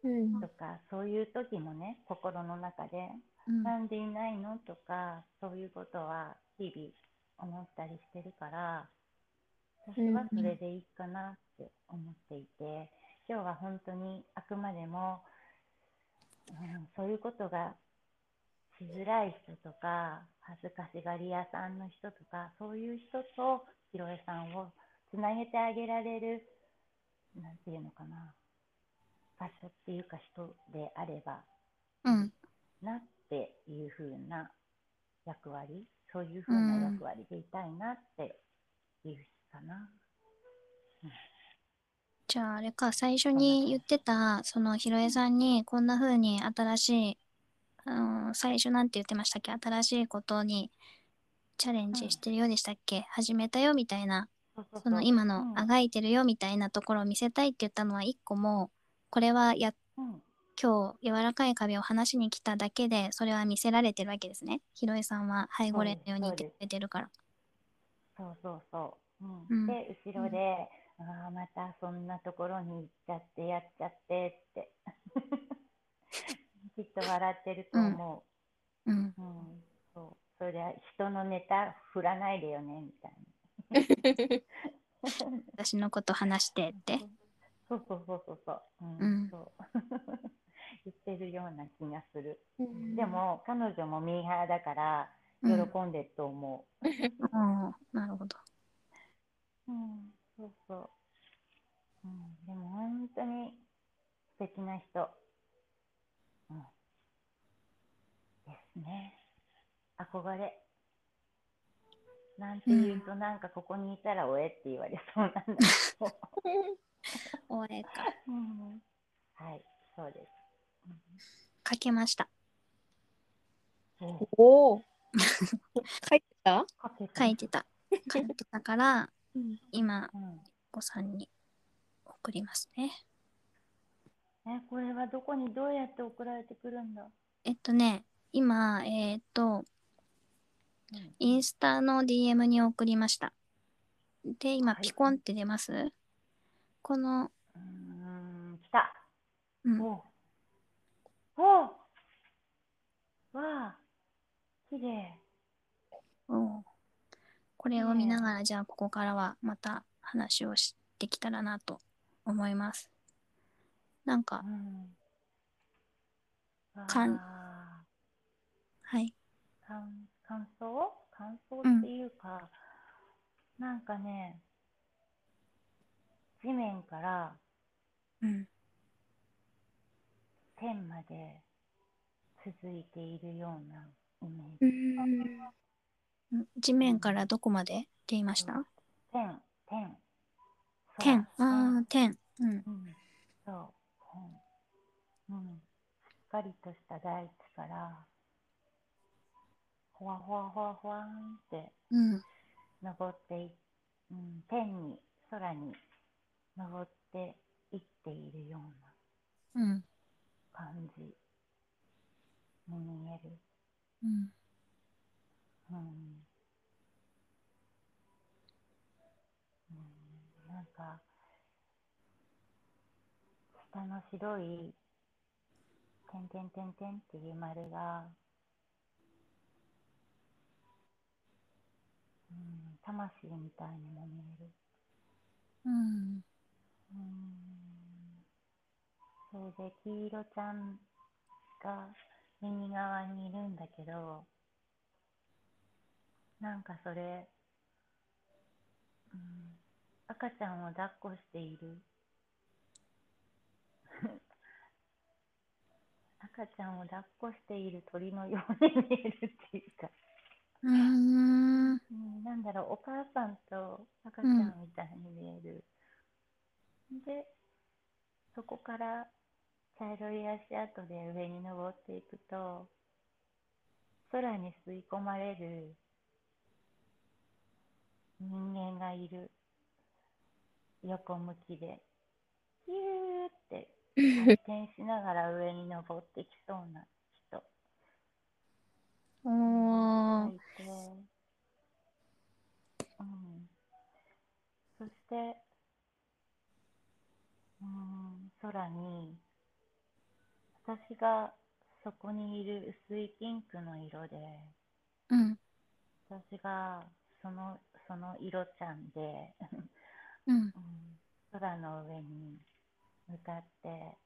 S3: うん
S2: とかそういう時もね心の中で
S1: うん
S2: なんでいないのとかそういうことは日々思ったりしてるから私はそれでいいかなって思っていて、今日は本当にあくまでも、うん、そういうことがしづらい人とか恥ずかしがり屋さんの人とかそういう人とひろえさんをつなげてあげられるなんていうのかな場所っていうか人であれば
S1: うん
S2: なっていうふうな役割そういうふうな役割でいたいなっていう日かな。
S1: じゃああれか最初に言ってたそのひろえさんにこんな風に新しい、うん、最初なんて言ってましたっけ新しいことにチャレンジしてるようでしたっけ、始めたよみたいな
S2: そうそう
S1: そ
S2: そう
S1: の今
S2: う
S1: の
S2: ん
S1: あがいてるよみたいなところを見せたいって言ったのは一個もこれはや
S2: うん
S1: 今日柔らかい壁を話しに来ただけでそれは見せられてるわけですねひろえさんは背後霊のように言ってくれてるから。
S2: そうそうそう。うん
S1: うん
S2: で後ろで、ああまたそんなところに行っちゃってやっちゃってって きっと笑ってると思
S1: うん
S2: う。うんそうそりゃ人のネタ振らないでよねみたいな。
S1: 私のこと話してって。
S2: そうそうそうそうそう。うん
S1: うん
S2: そう 言ってるような気がする。でも彼女もミーハーだから
S1: う
S2: 喜
S1: ん、
S2: んでると思
S1: うんなるほど。
S2: う。うん、そうそう。うん、でも本当に素敵な人。うん。ですね。憧れ。なんて言うとなんかここにいたらおえって言われそうなんだけど。
S1: 応援か。
S2: うんはい、そうです。うん
S1: かけました。
S2: お
S3: おお。書いてた？
S2: かけた
S1: 書いてた。書いてたから、
S3: うん
S1: 今、
S2: うん
S1: お子さんに送りますね。
S2: え、これはどこにどうやって送られてくるんだ。
S1: えっとね、今、えーっと、インスタの DM に送りました。で、今、
S2: はい
S1: ピコンって出ますこの、
S2: うーん、来た。
S1: うん
S2: おうおう。わあ。綺麗。
S1: おうこれを見ながら、じゃあ、ここからはまた話をしてきたらなと思います。なんか
S2: う、ん。わあ
S1: かんはい。
S2: 感感想感想
S1: うん
S2: っていうか、なんかね、地面から
S1: うん。
S2: 天まで続いているようなイメージ。
S3: うん。
S1: 地面からどこまでって言いました、
S2: 天、天。
S1: 天。
S2: 空天
S1: ああ、天。うん。
S2: うん、そう、うん、うん、しっかりとした大地から、ほわほわほわほわーんって
S1: うん。
S2: 登ってい、うん、天に、空に登っていっているような
S1: うん。
S2: 感じに見える。
S1: うん
S2: うん、うん、なんか、下の白い点々点々っていう丸が、うん、魂みたいにも見える。
S1: うん。
S2: うん、それで黄色ちゃんが右側にいるんだけどなんかそれ、うん、赤ちゃんを抱っこしている 赤ちゃんを抱っこしている鳥のように見えるっていうか、
S1: うん。
S2: うん、なんだろうお母さんと赤ちゃんみたいに見える、でそこから茶色い足跡で上に登っていくと空に吸い込まれる人間がいる横向きでヒューって回転しながら上に登ってきそうな人
S1: お
S2: がい
S1: ー
S2: て、うん、そして、うん、空に私がそこにいる薄いピンクの色で
S1: うん
S2: 私がそのその色ちゃんで、
S1: うん
S2: うん空の上に向かって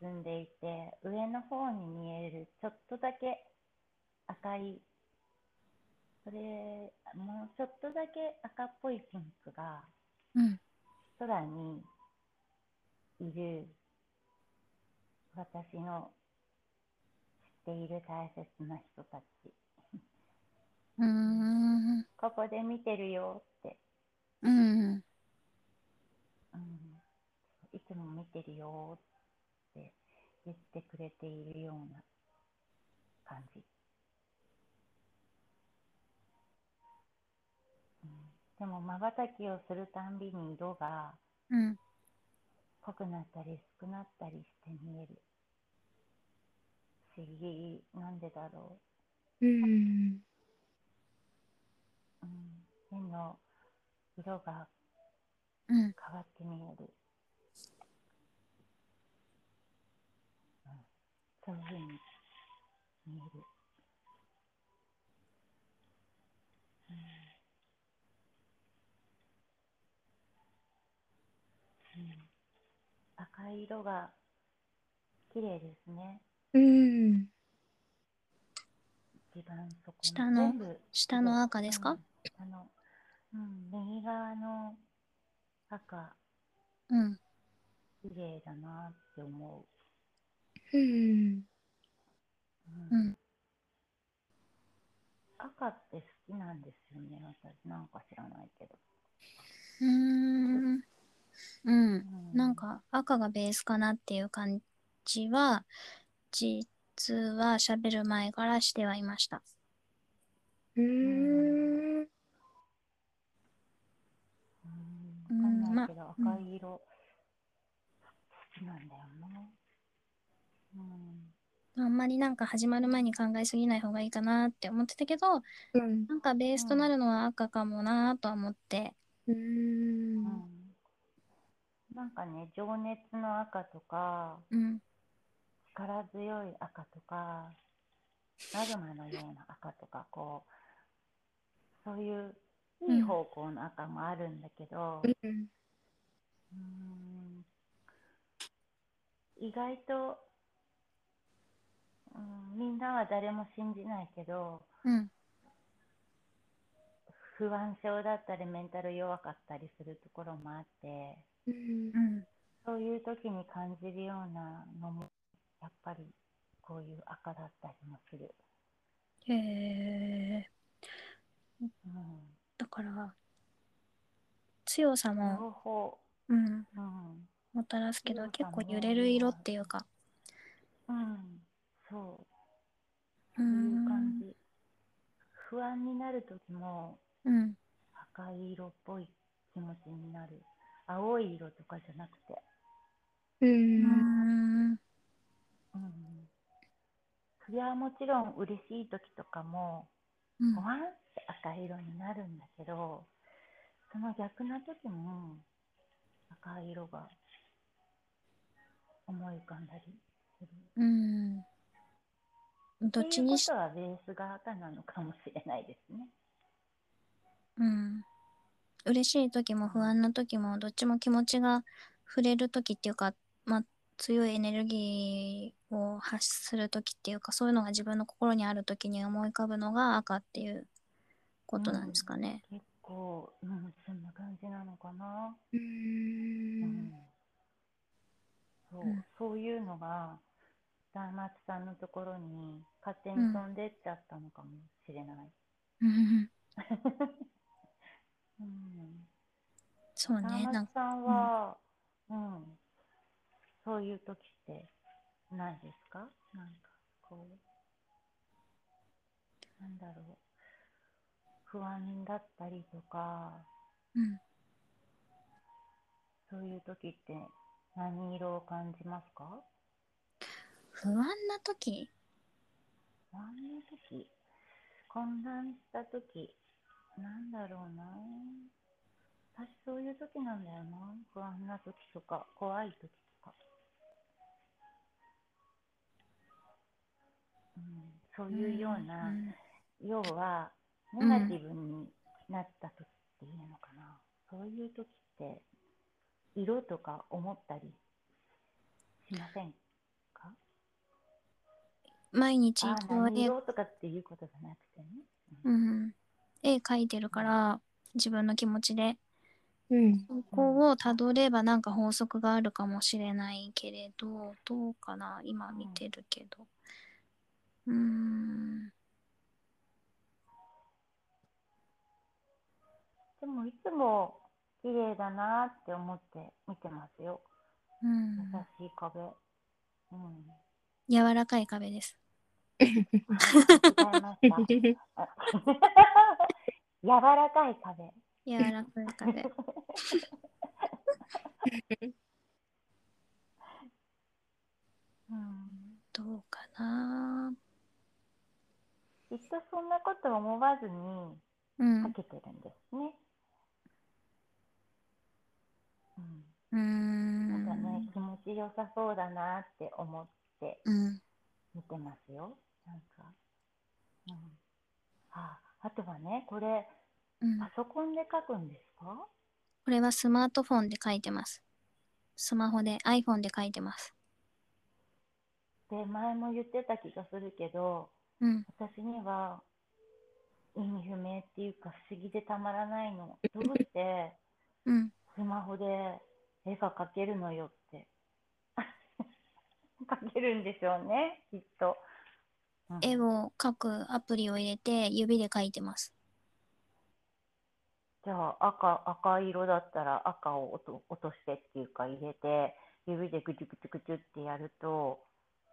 S2: 進んでいて上の方に見えるちょっとだけ赤いそれもうちょっとだけ赤っぽいピンクが
S1: うん
S2: 空にいる私の知っている大切な人たち
S1: うーん
S2: ここで見てるよって、
S1: うん
S2: うん、いつも見てるよって言ってくれているような感じ、うん、でもまばたきをするたんびに色が
S1: うん
S2: 濃くなったり薄くなったりして見える不思議なんでだろう
S3: うん。
S2: うん、目の色が
S1: うん
S2: 変わって見える、うん、そういうふうに見える、うんうん、赤い色が綺麗ですね
S3: うん。
S2: 一番そこ
S1: 下の
S2: 全部
S1: 下の赤です
S2: う
S1: か
S2: んあの、うん、右側の赤、
S1: うん
S2: 綺麗だなって思
S3: うん。
S2: う。
S1: う
S2: うん
S1: ん
S2: 赤って好きなんですよね、私。なんか知らないけど。
S1: うーんうん
S2: う
S1: なん、か赤がベースかなっていう感じは実は喋る前からしてはいました。
S3: うん。
S2: うん、わかんないけど、赤い色、好きなんだよな。うん。
S1: あんまりなんか始まる前に考えすぎない方がいいかなって思ってたけど
S3: うん。
S1: なんかベースとなるのは赤かもなとは思って
S3: うん
S2: うんなんかね、情熱の赤とか、
S1: うん
S2: 力強い赤とか、マグマのような赤とか、こう、そういういい方向の赤もあるんだけど、うーん意外と、うん、みんなは誰も信じないけど、
S1: うん
S2: 不安症だったりメンタル弱かったりするところもあって、
S3: うん
S1: うん
S2: そういう時に感じるようなのも、やっぱりこういう赤だったりもする。
S1: へえ
S2: うん
S1: だから強さも、
S2: 両方、
S1: うん、
S2: うん、
S1: もたらすけど
S2: 強
S1: 結
S2: さも
S1: 構揺れる色っていうか
S2: うん、そ
S1: うー
S2: うそういう感
S1: ん
S2: じ。不安になる時も
S1: うん
S2: 赤い色っぽい気持ちになる。青い色とかじゃなくて、
S1: うー
S3: うん
S2: うん、それはもちろん嬉しい時とかも、
S1: うん
S2: ほわんって赤色になるんだけど、その逆な時も赤い色が思い浮かんだりする。
S1: うんどっちにし
S2: ということはベースが赤なのかもしれないですね。
S1: うん嬉しい時も不安な時もどっちも気持ちが触れる時っていうか、まあ、強いエネルギーを発する時っていうかそういうのが自分の心にある時に思い浮かぶのが赤っていうことなんですかね。
S2: 結構、うん、そんな感じなのかな。
S3: うん
S2: そう
S1: うん
S2: そういうのが大松さんのところに勝手に飛んでっちゃったのかもしれない。
S1: うん、
S2: うん、
S1: そうね
S2: 大
S1: なんか
S2: 松さんは、うんそういう時ってないですかなんかこうなんだろう不安だったりとか
S1: うん。
S2: そういう時って何色を感じますか
S1: 不安な時
S2: 不安の時混乱した時なんだろうな私そういう時なんだよな不安な時とか怖い時とか、うん、そういうような、
S1: ん
S2: 要はネ
S1: うん
S2: ガティブになった時っていうのかな、そういう時って色とか思ったりしませんか
S1: 毎日
S2: あ
S1: こう
S2: 何
S1: 絵、
S2: 色とかっていうことじゃなくてね、
S1: うん、絵描いてるから自分の気持ちで
S3: うん
S1: ここをたどればなんか法則があるかもしれないけれどどうかな今見てるけどうーん
S2: でもいつも綺麗だなって思って見てますよ
S1: うん
S2: 優しい壁 うん
S1: 柔らかい壁です
S2: 間違えましたあ柔らかい 壁
S1: 柔らかい 壁
S2: うん
S1: どうかな
S2: 一度そんなこと思わずに
S1: うん
S2: か
S1: う
S2: けてるんですね。う
S1: ー
S2: ん、なんかね、
S1: ん
S2: 気持ちよさそうだなって思って
S1: うん
S2: 見てますよ。なんか、うん、あ、あとはね、これ
S1: うん
S2: パソコンで書くんですか？
S1: これはスマートフォンで書いてますスマホで iPhone で書いてます
S2: で、前も言ってた気がするけど、
S1: うん
S2: 私には意味不明っていうか不思議でたまらないの。どうして
S1: うん
S2: スマホで絵が描けるのよって。 描けるんでしょうね、きっと。うん
S1: 絵を描くアプリを入れて指で書いてます
S2: じゃあ赤、赤色だったら赤を落と落としてっていうか入れて、指でぐちゅぐちゅぐちゅってやると、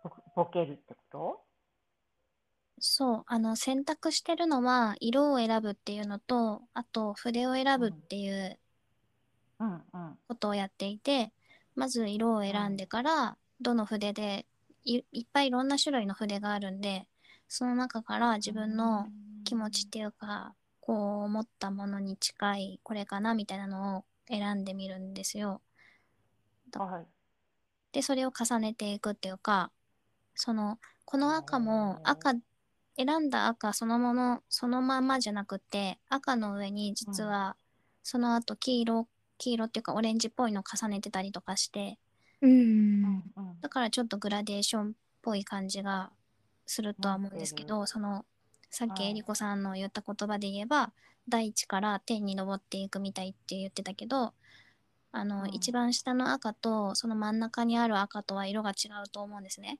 S2: ぼぼけるってこ
S1: そう、あの選択してるのは色を選ぶっていうのと、あと筆を選ぶっていう
S2: とうんうん。
S1: ことをやっていて、まず色を選んでから、どの筆でい、いっぱいいろんな種類の筆があるんで、その中から自分の気持ちっていうか、こう思ったものに近いこれかなみたいなのを選んでみるんですよ。
S2: うん。はい。
S1: でそれを重ねていくっていうかそのこの赤も
S2: へー
S1: 赤選んだ赤そのものそのまんまじゃなくて赤の上に実はその後黄色黄色っていうかオレンジっぽいの重ねてたりとかして
S3: うん
S2: うんうん。
S1: だからちょっとグラデーションっぽい感じがするとは思うんですけ
S2: な
S1: どそのさっき
S2: はい
S1: えりこさんの言った言葉で言えば大地から天に登っていくみたいって言ってたけどあの、
S2: うん
S1: 一番下の赤とその真ん中にある赤とは色が違うと思うんですね。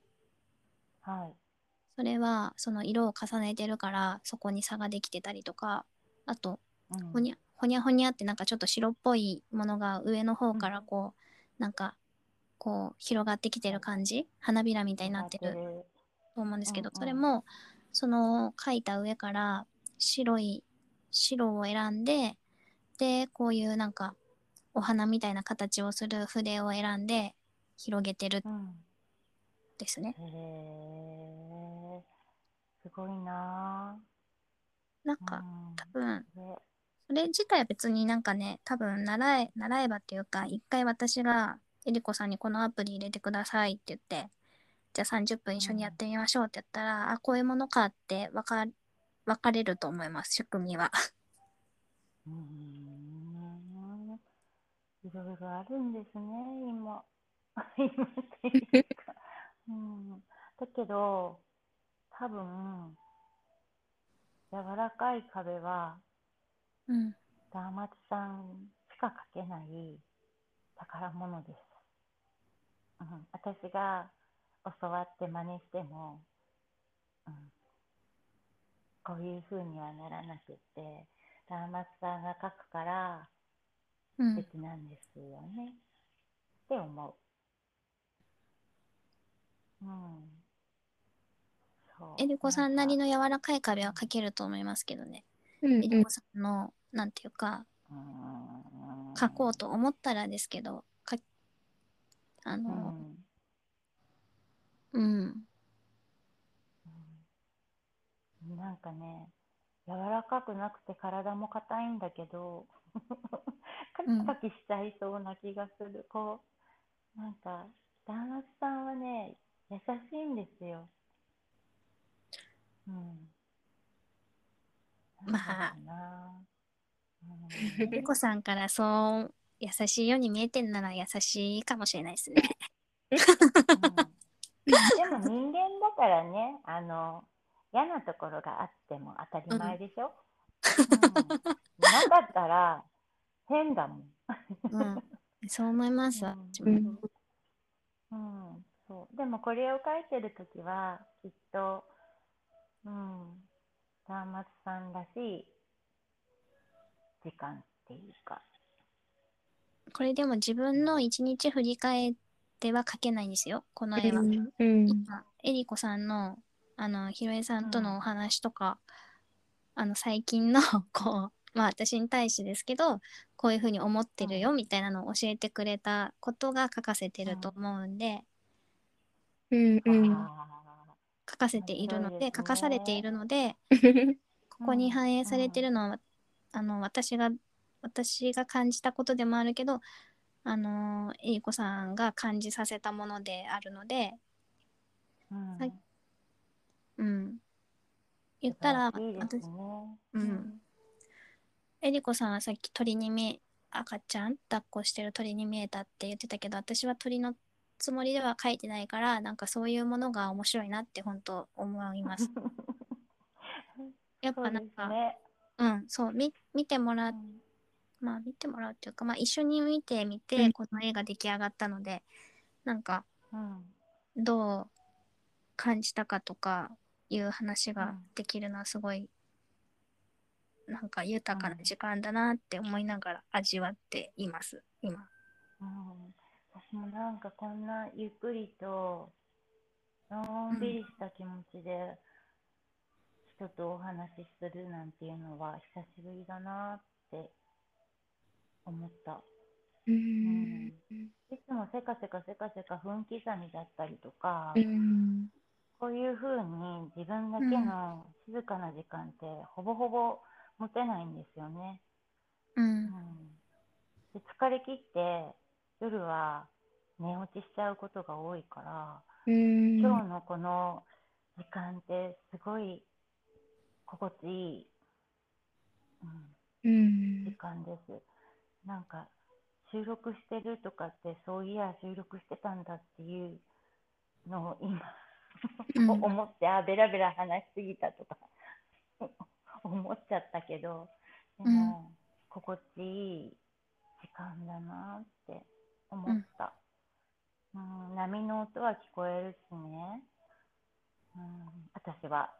S2: はい。
S1: それはその色を重ねてるからそこに差ができてたりとかあと
S2: うん
S1: ほにゃほにゃほにゃってなんかちょっと白っぽいものが上の方からこう、なんかこう広がってきてる感じ花びらみたいになってると思うんですけど、
S2: うんうん
S1: それもその描いた上から白い白を選んででこういうなんかお花みたいな形をする筆を選んで広げてるん
S2: うん。
S1: ですね。
S2: へえ、すごいな
S1: なん
S2: ぁ。
S1: か
S2: うん
S1: 多分
S2: ね
S1: それ自体は別になんかね多分習え習えばというか一回私がえりこさんにこのアプリ入れてくださいって言ってじゃあ30分一緒にやってみましょうって言ったら、あこういうものかって分か分かれると思います仕組みは。
S2: うーんいろいろあるんですね、今。 今っていうか。うん、だけど、多分、柔らかい壁は、
S1: うん
S2: ダーマツさんしか描けない宝物です。うん、私が教わって真似しても、うん、こういう風にはならなくって、ダーマツさんが描くから
S1: うん
S2: 素敵なんですよね。って思う。うんそう
S1: えりこさんなり
S2: か
S1: の柔らかい壁は描けると思いますけどね。
S3: うん
S1: えりこさんの、なんていうか、
S2: うん
S1: 描こうと思ったらですけど、かあ
S2: う
S1: の、
S2: ん
S1: うん、
S2: うんなんかね、柔らかくなくて体も硬いんだけど、 カキカキしちゃいそうな気がする。こう、なんか、旦那さんはね、優しいんですよ。うん。
S1: まあ
S2: なんだろうな。
S1: えり
S2: うん
S1: こさんからそう優しいように見えてんなら優しいかもしれないですね。
S2: うん でも人間だからね、あの嫌なところがあっても当たり前でしょ。うん、なかったら変だもん。
S1: うん、そう思います。
S2: うん
S1: 私
S3: う
S1: も
S3: ん
S2: うん、そう。でもこれを書いてるときはきっと、うん、端末さんらしい時間っていうか。
S1: これでも自分の一日振り返っては描けないんですよ、この絵は。
S3: うん
S1: 今、えりこさんの、あの、ひろえさんと
S2: うん
S1: のお話とか、あの、最近の、 こう、まあ私に対してですけど、こういうふうに思ってるよみたいなのを教えてくれたことが書かせてると思うんで、
S3: うんうん
S2: あー
S1: 書かせているの
S2: 面白い
S1: で、
S2: ですね
S1: 書かされているので、ここ
S2: うん
S1: に反映されてるのは、あの私が私が感じたことでもあるけどあのえりこさんが感じさせたものであるので、
S2: うん
S1: はいうん、言ったら
S2: いいですね
S1: 私。うんえりこさんはさっき鳥に見え赤ちゃん抱っこしてる鳥に見えたって言ってたけど私は鳥のつもりでは書いてないからなんかそういうものが面白いなって本当思います。 やっ
S2: そう
S1: ぱ
S2: で
S1: な
S2: す
S1: んか
S2: ね。
S1: うんそうみ見てもらっ
S2: うん
S1: まあ見てもらうっていうか、まあ一緒に見てみ
S3: う
S1: て、
S3: ん
S1: この絵が出来上がったので、なんか
S2: うん
S1: どう感じたかとかいう話
S2: う
S1: が
S2: ん
S1: できるのはすごい、なんか豊かな
S2: うん
S1: 時間だなって思いながら味わっています、今。
S2: うん私もなんかこんなゆっくりとのんびりした気持ちで人とお話しするなんていうのは久しぶりだなって思った。
S3: うん
S2: いつもせかせかせかせか分刻みだったりとか、
S3: うん
S2: こういうふうに自分だけの静かな時間ってほぼほぼ持てないんですよね。
S1: う。
S2: うんんで疲れ切って夜は寝落ちしちゃうことが多いから、
S3: うん
S2: 今日のこの時間ってすごい心地いい、う
S3: う
S2: んん、時間です。なんか収録してるとかってそういや収録してたんだっていうのを今、
S1: うん
S2: 思ってあベラベラ話しすぎたとか 思っちゃったけどでも、心地いい時間だなって思った、うん波の音は聞こえるしね、うん、私は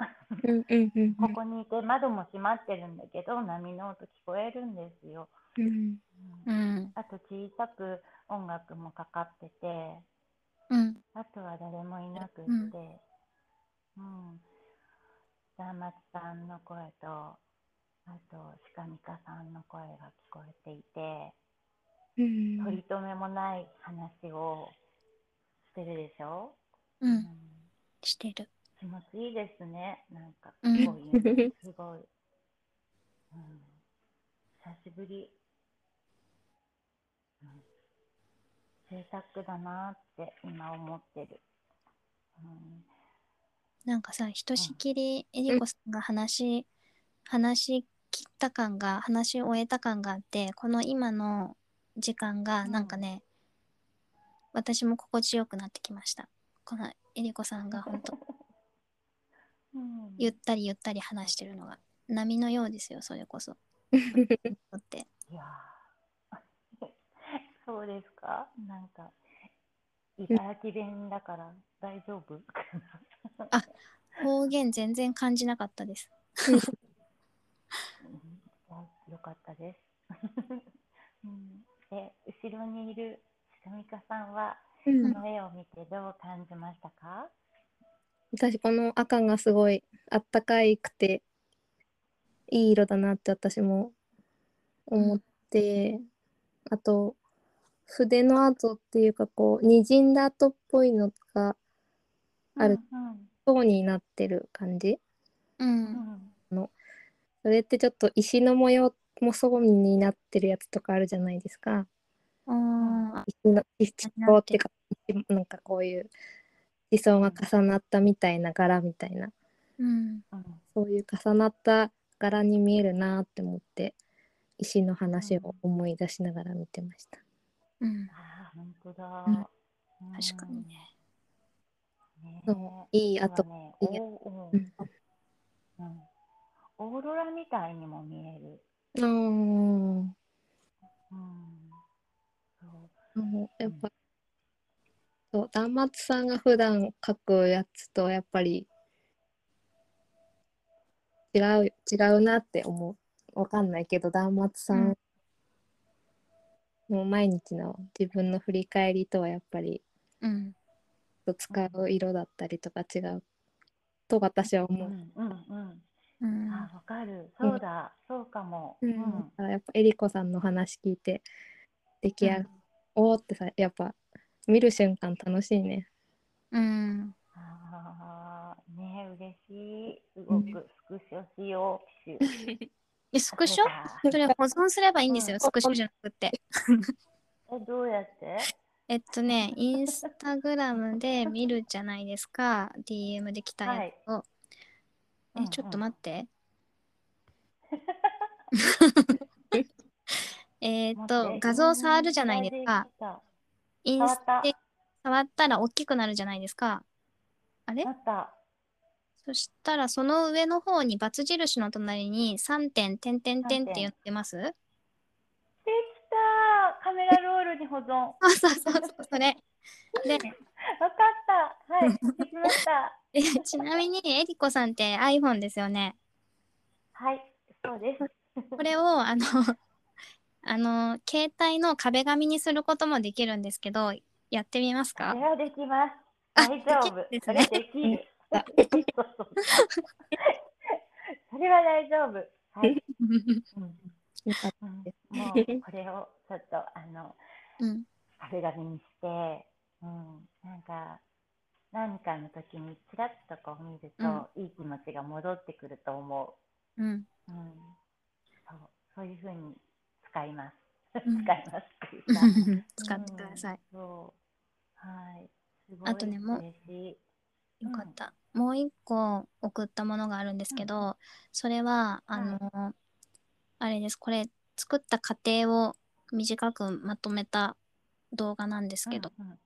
S3: うんうんうん
S2: ここにいて窓も閉まってるんだけど波の音聞こえるんですよ、
S3: うん
S2: うん
S1: うん。
S2: あと小さく音楽もかかってて
S1: うん。
S2: あとは誰もいなくって、
S1: う
S2: うんん、断末さんの声と、あと、鹿美香さんの声が聞こえていて、
S3: うん
S2: 取り留めもない話をしてるでしょ、
S1: う
S2: うん
S1: ん。してる。
S2: 気持ちいいですね、なんか、こ
S1: う
S2: うんいうの、すごい。うん、久しぶり。うん、贅沢だなって今思ってる。うん
S1: なんかさ、ひとしきりえりこさんが話、話し切った感が、話し終えた感があって、この今の時間が、
S2: うん
S1: なんかね、私も心地よくなってきました。このえりこさんが本当
S2: うん
S1: ゆったりゆったり話してるのが、波のようですよ、それこ そ。だって。
S2: いやー そうですかなんか、
S3: ん
S2: 茨城弁だから大丈夫 かな
S1: 方言全然感じなかったです。
S2: うんあよかった です。うん、で、後ろにいる下美香さんは、
S3: うん
S2: この絵を見てどう感じましたか
S3: 私この赤がすごいあったかいくていい色だなって私も思って、あと筆の跡っていうかこうにじんだ跡っぽいのがある層になってる感じ
S1: う。
S2: うんんうん
S3: それってちょっと石の模様も層になってるやつとかあるじゃないですか
S1: うん。あ
S3: 石の石層っていうかなんかこういう地層が重なったみたいな柄みたいな
S1: うん。
S2: うん
S3: そういう重なった柄に見えるなって思って石の話を思い出しながら見てました。
S1: うん。
S2: ああ本当だ、
S1: うん
S2: うん
S1: 確かにね。
S2: ね
S3: そういいあと、
S2: ね
S3: いいや
S2: おー
S3: うん
S2: うんうんオーロラみたいにも見える、
S3: あー
S2: うんそう
S3: もうやっぱそう断末さんが普段描くやつとやっぱり違う違うなって思うわかんないけど断末さんの毎日の自分の振り返りとはやっぱり
S1: うん。
S3: 使う色だったりとか違うと私は
S2: う
S3: 思う。
S2: んうん
S1: う
S2: うんん、あわかるそうだ、そうかも、
S3: うん、だからやっぱえりこさんの話聞いて出来上が、おーってさやっぱ見る瞬間楽しいね。
S1: うん。
S2: ああね嬉しいすごくスクショしよう、ピシュ
S1: えスクショそれ保存すればいいんですよ、スクショじゃなくて。
S2: えどうやって
S1: えっとね、インスタグラムで見るじゃないですか、DM できたやつを。
S2: うんう
S1: え、
S2: ん
S1: ちょっと待って。 えーっ
S2: 待
S1: と
S2: て、
S1: 画像触るじゃないですか。。イ
S2: イン
S1: ン
S2: ス
S1: ス
S2: タ
S1: タ
S2: で
S1: で
S2: き
S1: 触ったら大きくなるじゃないですか。あれ
S2: た触った。なっ
S1: そしたらその上の方にバツ印の隣に3点点点点って言ってます
S2: た。できた。カメラロールに保存。わ
S1: そうそうそうそう、それ。で、
S2: かった。はい。でき ました。
S1: えちなみにえりこさんって iPhone ですよね。
S2: はい。そうです。
S1: これをあの あの携帯の壁紙にすることもできるんですけどやってみます
S2: こ
S1: か
S2: れはできます。
S1: あ
S2: 大丈夫。
S1: でき
S2: そ
S1: るん
S2: れ
S1: ですね
S2: できる。そうそうそうそれは大丈夫。はい。うん
S3: よかっ
S2: うんもうこれをちょっとあの
S1: うん
S2: 壁紙にして、うん、なんか何かの時にちらっとこう見ると、いい気持ちが戻ってくると思
S1: うん
S2: う、うん、そうそういうふうに使います使
S1: う
S2: い
S1: ん
S2: ますっていうか
S1: 使ってください。
S2: うんそうはいすごい
S1: あとねもう
S2: 嬉しい
S1: よかった。もう一個送ったものがあるんですけど、それはあの、あれですこれ作った過程を短くまとめた動画なんですけど、
S2: うんうん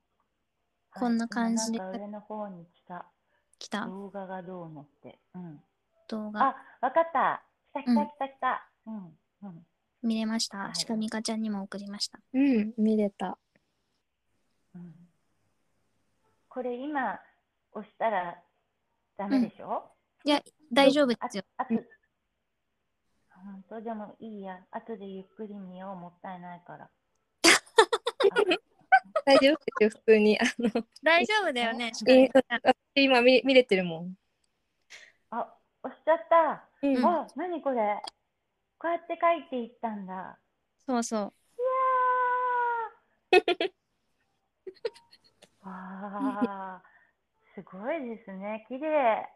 S1: こんな感じで
S2: はい今なんか上の方に来た
S1: 来た
S2: 動画がどうのって、うん、
S1: 動画
S2: あわかった来た来
S1: う
S2: た
S1: ん
S2: 来た来たうんうん
S1: 見れました、
S2: はい
S1: しかみかちゃんにも送りました。
S3: た。うん、見れた。
S2: うんこれ今押したらダメでしょ、
S1: 大丈夫ですよ。
S2: ああと、本当でもいいや。後でゆっくり見よう。もったいな いから。
S3: 大丈夫ですよ、普通に。あの、
S1: 大丈夫だよね。しか
S3: え
S1: み
S3: ー
S1: かちゃん
S3: 私今見見れてるもん。
S2: あ、あ押しちゃった。
S3: うん
S2: あ、何これ。こうやって書いていったんだ。う
S1: そう
S2: わ
S1: そう。
S2: ー。わあ、すごいですね。綺麗。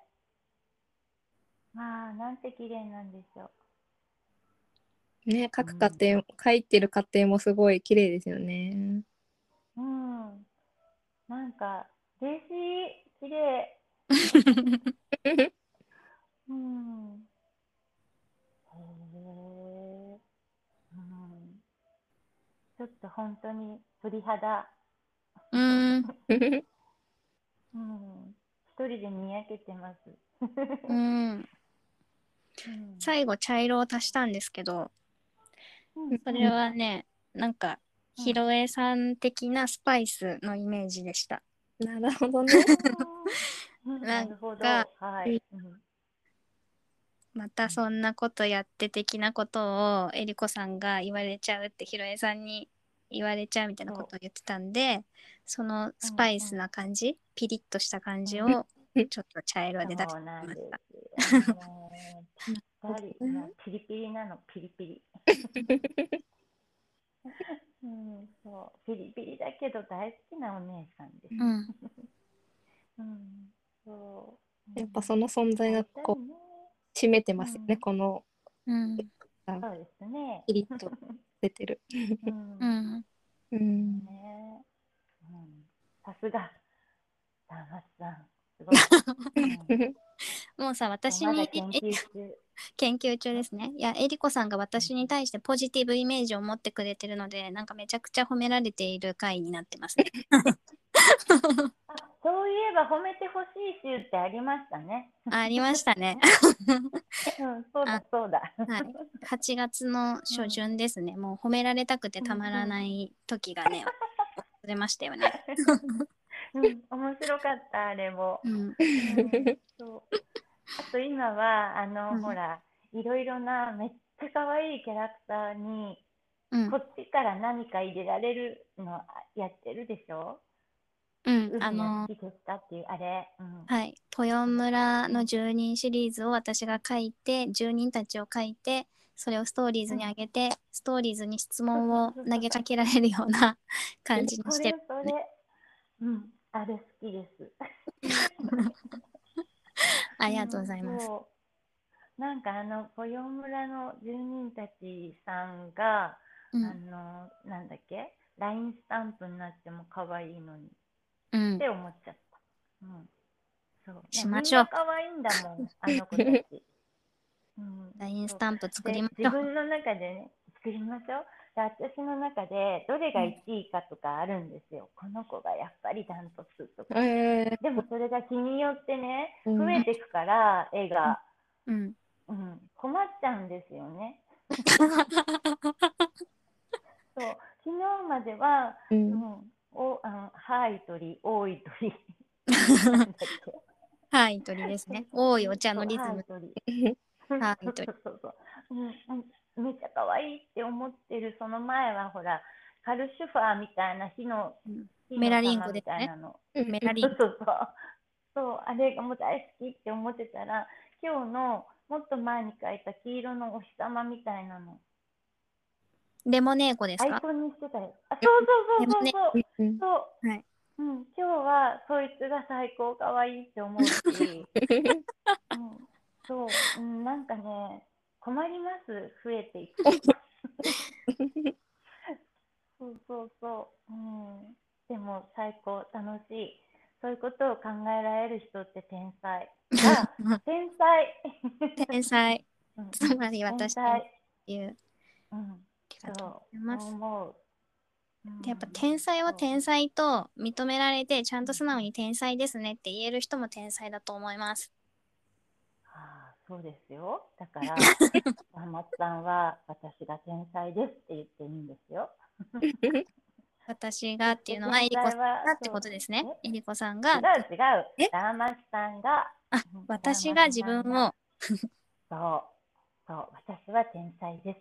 S2: まあ、なんて綺麗なんでしょう。
S3: ね、書く過程、書いてる過程もすごい綺麗ですよね。
S2: うん。なんか、嬉しい、綺麗。うん。へえ。うん。ちょっと本当に鳥肌。
S1: うーん。
S2: うん。一人でにやけてます。
S1: うん、
S2: うん
S1: 最後茶色を足したんですけど
S2: うん
S1: それはねなんかひろえさん的なスパイスのイメージでした。
S3: なるほどね。
S2: うん
S1: な
S2: なん
S1: か
S2: るほど。はい。うん
S1: またそんなことやって的なことをえりこさんが言われちゃうってひろえさんに言われちゃうみたいなことを言ってたんでそのスパイスな感じ、ピリッとした感じを
S3: うん
S1: ちょっと茶色で出し
S2: そうなんですよね。やっぱり、
S3: うん
S2: まあピリピリなの、ピリピリ。うん、そう、ピリピリだけど大好きなお姉さんです。
S1: うん
S2: うん、そう。
S3: やっぱその存在がこ
S2: う。
S3: うん締めてますよ
S2: う
S3: ね、
S2: ん
S3: この
S1: うん
S2: そうですね。
S3: ピリッと出てる。
S2: う。
S1: うんん
S3: うん、
S2: ね。うん。さすが。さんまさん。すごい。うん
S1: もうさ私
S2: まだ
S1: に
S2: 研
S1: え
S2: 究中。
S1: 研究中ですねいやえりこさんが私に対してポジティブイメージを持ってくれてるのでなんかめちゃくちゃ褒められている回になってます ね
S2: あ、そういえば褒めてほしい週ってありましたね。
S1: ありましたね
S2: うん、そうだそうだ。
S1: はい8月の初旬ですね、もう褒められたくてたまらない時がね、出ましたよね、
S2: うん、面白かったあれも。
S1: うん、
S2: うんそう。あと今はあの、
S1: うん
S2: ほらいろいろなめっちゃ可愛いキャラクターに
S1: うん
S2: こっちから何か入れられるのやってるでしょ。
S1: うん、あ
S2: 海が
S1: の
S2: 好きですかっていうあれ。うん。
S1: はい「ポヨン村の住人」シリーズを私が書いて住人たちを書いてそれをストーリーズに上げて、ストーリーズに質問を投げかけられるような感じに
S2: そ
S1: し
S2: れ
S1: てる
S2: それ。うん。あれ好きです。
S1: ありがとうございます。
S2: そうなんかあのポヨン村の住人たちさんが、
S1: う
S2: あ
S1: ん、
S2: のなんだっけラインスタンプになっても可愛いのに
S1: うん
S2: って思っちゃった。うん。そう。
S1: しましょう
S2: みんな可愛いんだもん、あの子たち。うん。
S1: ラインスタンプ作りまし
S2: で
S1: ょ
S2: 自
S1: う。
S2: 分の中でね、作りましょう。で私の中でどれが1位かとかあるんですよ。この子がやっぱりダントツとか。
S3: えー
S2: でもそれが日によってね、
S3: うん
S2: 増えてくから、絵が。
S1: うん、
S2: うん。困っちゃうんですよね。そう。昨日までは、
S3: うん
S2: うん、おあの、はい鳥、多い鳥。なんだ っけ
S1: はい、鳥ですね。多いお茶のリズム。
S2: そう。
S1: は
S2: はいい、
S1: と
S2: 鳥そうそうそううんめっちゃ可愛いって思ってるその前はほらカルシュファーみたいな火の
S1: うん
S2: 火の
S1: メラリンゴ
S2: 玉みたいなの。
S1: メラリ
S2: そ
S1: ン
S2: うそうそう。そうあれがもう大好きって思ってたら今日のもっと前に描いた黄色のお日様みたいなの
S1: レモネーコです
S2: アイ
S1: か
S2: コンにしてたよ。あそうそうそうそうそう。
S3: うん
S2: そう。
S1: はい
S2: うん、今日はそいつが最高可愛いって思うし、 うん、そう、うん、なんかね、困ります、増えていくと。そうそうそう、うん、でも最高楽しい。そういうことを考えられる人って天才。あ、天才。
S1: 天才、
S2: うん
S1: つまり
S2: 天
S1: 私と
S2: 才。
S1: いう。
S2: うん、
S1: ありがとう
S2: そ
S1: ございます
S2: う、思う。うん
S1: でやっぱ天才は天才と認められてちゃんと素直に天才ですねって言える人も天才だと思います。
S2: ああ、そうですよ。だから、 山本さんは私が天才ですって言っていいんですよ。
S1: 私がっていうのはえ
S2: 天
S1: りこさ
S2: 才
S1: んが
S2: は
S1: ってことですね
S2: そう。
S1: えりこさん
S2: 違
S1: が
S2: う違
S1: え
S2: う。山本さんが。
S1: あ
S2: うん
S1: 私が自分。を
S2: 山本さんがそう、そう、私は天才です。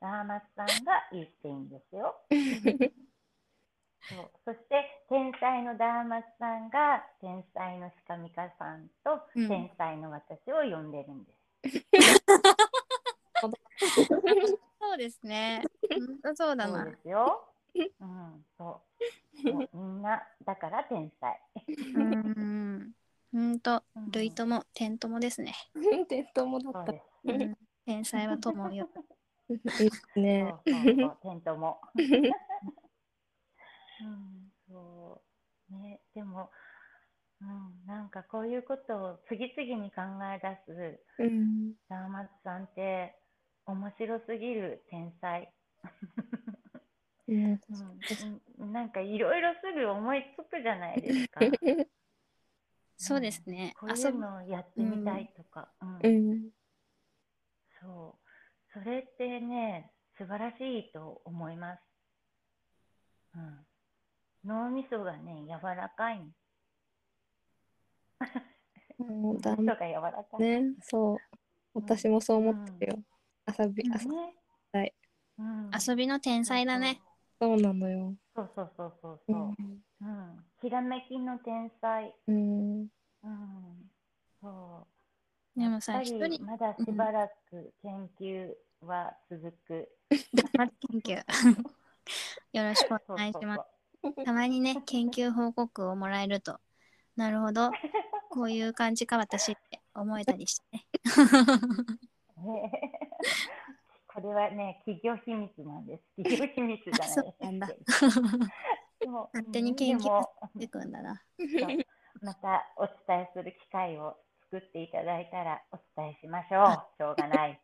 S2: 山本さんが言っていいんで すよ。そうそして天才のダーマスさんが天才のシカミカさんと
S1: うん
S2: 天才の私を呼んでるんです。
S1: そうです ね。うんそうだ
S2: そう
S1: な
S2: で。すよ。うん、 そう。もうみんな、だから天才。
S1: うん。うんと
S2: うん
S1: 類とも点ともですね。
S3: 伝統もだ
S2: そう
S3: っ
S2: で
S3: た。
S2: す。
S1: うん天才は友を呼ぶ。
S3: いいです
S2: そ
S3: ね
S2: う。そうそう、天とも。うん、そう。ね、でも、うん、なんかこういうことを次々に考え出す、
S3: うん。
S2: ダーマツさんって、面白すぎる天才。
S3: うん
S2: うん、なんかいろいろすぐ思いつくじゃないです か。
S1: そうですね。
S2: こうい
S1: 遊
S2: う
S1: ぶ。
S2: のをやってみたいとか。うん
S3: うん。
S2: そう。それってね、素晴らしいと思います。うん。脳みそがね、柔らかい。
S3: もう
S2: 脳
S3: だ
S2: みそが柔らかい。
S3: ね。そう。私もそう思ってるよ。遊び、
S2: うん
S3: 遊び
S2: ね
S3: たい。
S2: うん
S1: 遊びの天才だね。
S3: そうなのよ。
S2: そうそうそうそう
S3: う
S2: そう、うん
S3: ん。
S2: ひらめきの天才、
S3: うん。
S2: うん、そう
S1: でもさ
S2: やっぱ
S1: 一
S2: り
S1: 人
S2: まだしばらく研究は続く、
S1: まず研究 よろしくお願いします。たまにね、研究報告をもらえると、なるほど、こういう感じか私って思えたりしてね。
S2: そうね これはね企業秘密なんです企業秘密じゃないです
S1: そうなんだ
S2: でも
S1: 勝手に研究
S2: でも
S1: 出てくんだな。
S2: そうまたお伝えする機会を作っていただいたらお伝えしましょう。しょうがない。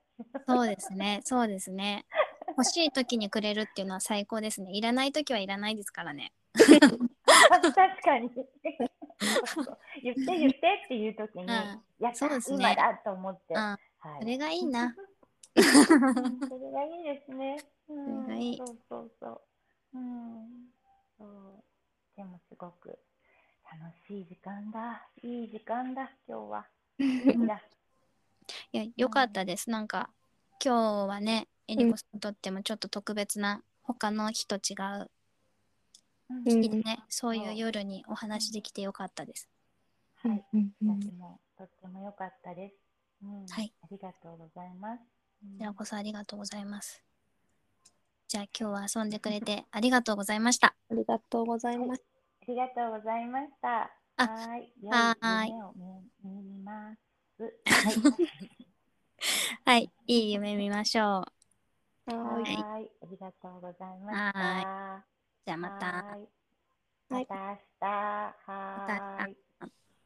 S1: そうですね、そうですね。欲しい時にくれるっていうのは最高ですね。いらない時はいらないですからね。
S2: 確か に。言って言ってっていう時に、
S1: ん
S2: いや
S1: そうですね
S2: 今だと思って。
S1: うん
S2: は
S1: そ
S2: い。
S1: れがいいな。
S2: うんそれがいいですね。うん
S1: それがいい
S2: そうそうそう。うん。そう。でもすごく楽しい時間だ。いい時間だ。今日は。いいな
S1: いや、よかったです。なんか、今日はね、えりこさんにとってもちょっと特別な、他の日と違う、
S2: うん
S3: うん
S1: ね、そういう夜にお話できてよかったです。
S2: はい。
S3: うんうん
S2: 私もとっても良かったです、うん
S1: はい
S2: ありがとうございます。うん
S1: こちらこそありがとうございます。じゃあ今日は遊んでくれてありがとうございました。
S3: ありがとうございます。
S2: ありがとうございました。
S1: あ
S2: はーい。良
S1: はーい
S2: い夢を見見 ます。はい。
S1: はい、いい夢見ましょう。
S3: はーい。
S2: はーい。ありがとうございました。
S1: じゃあまた。
S2: はーいまた明日。はーい。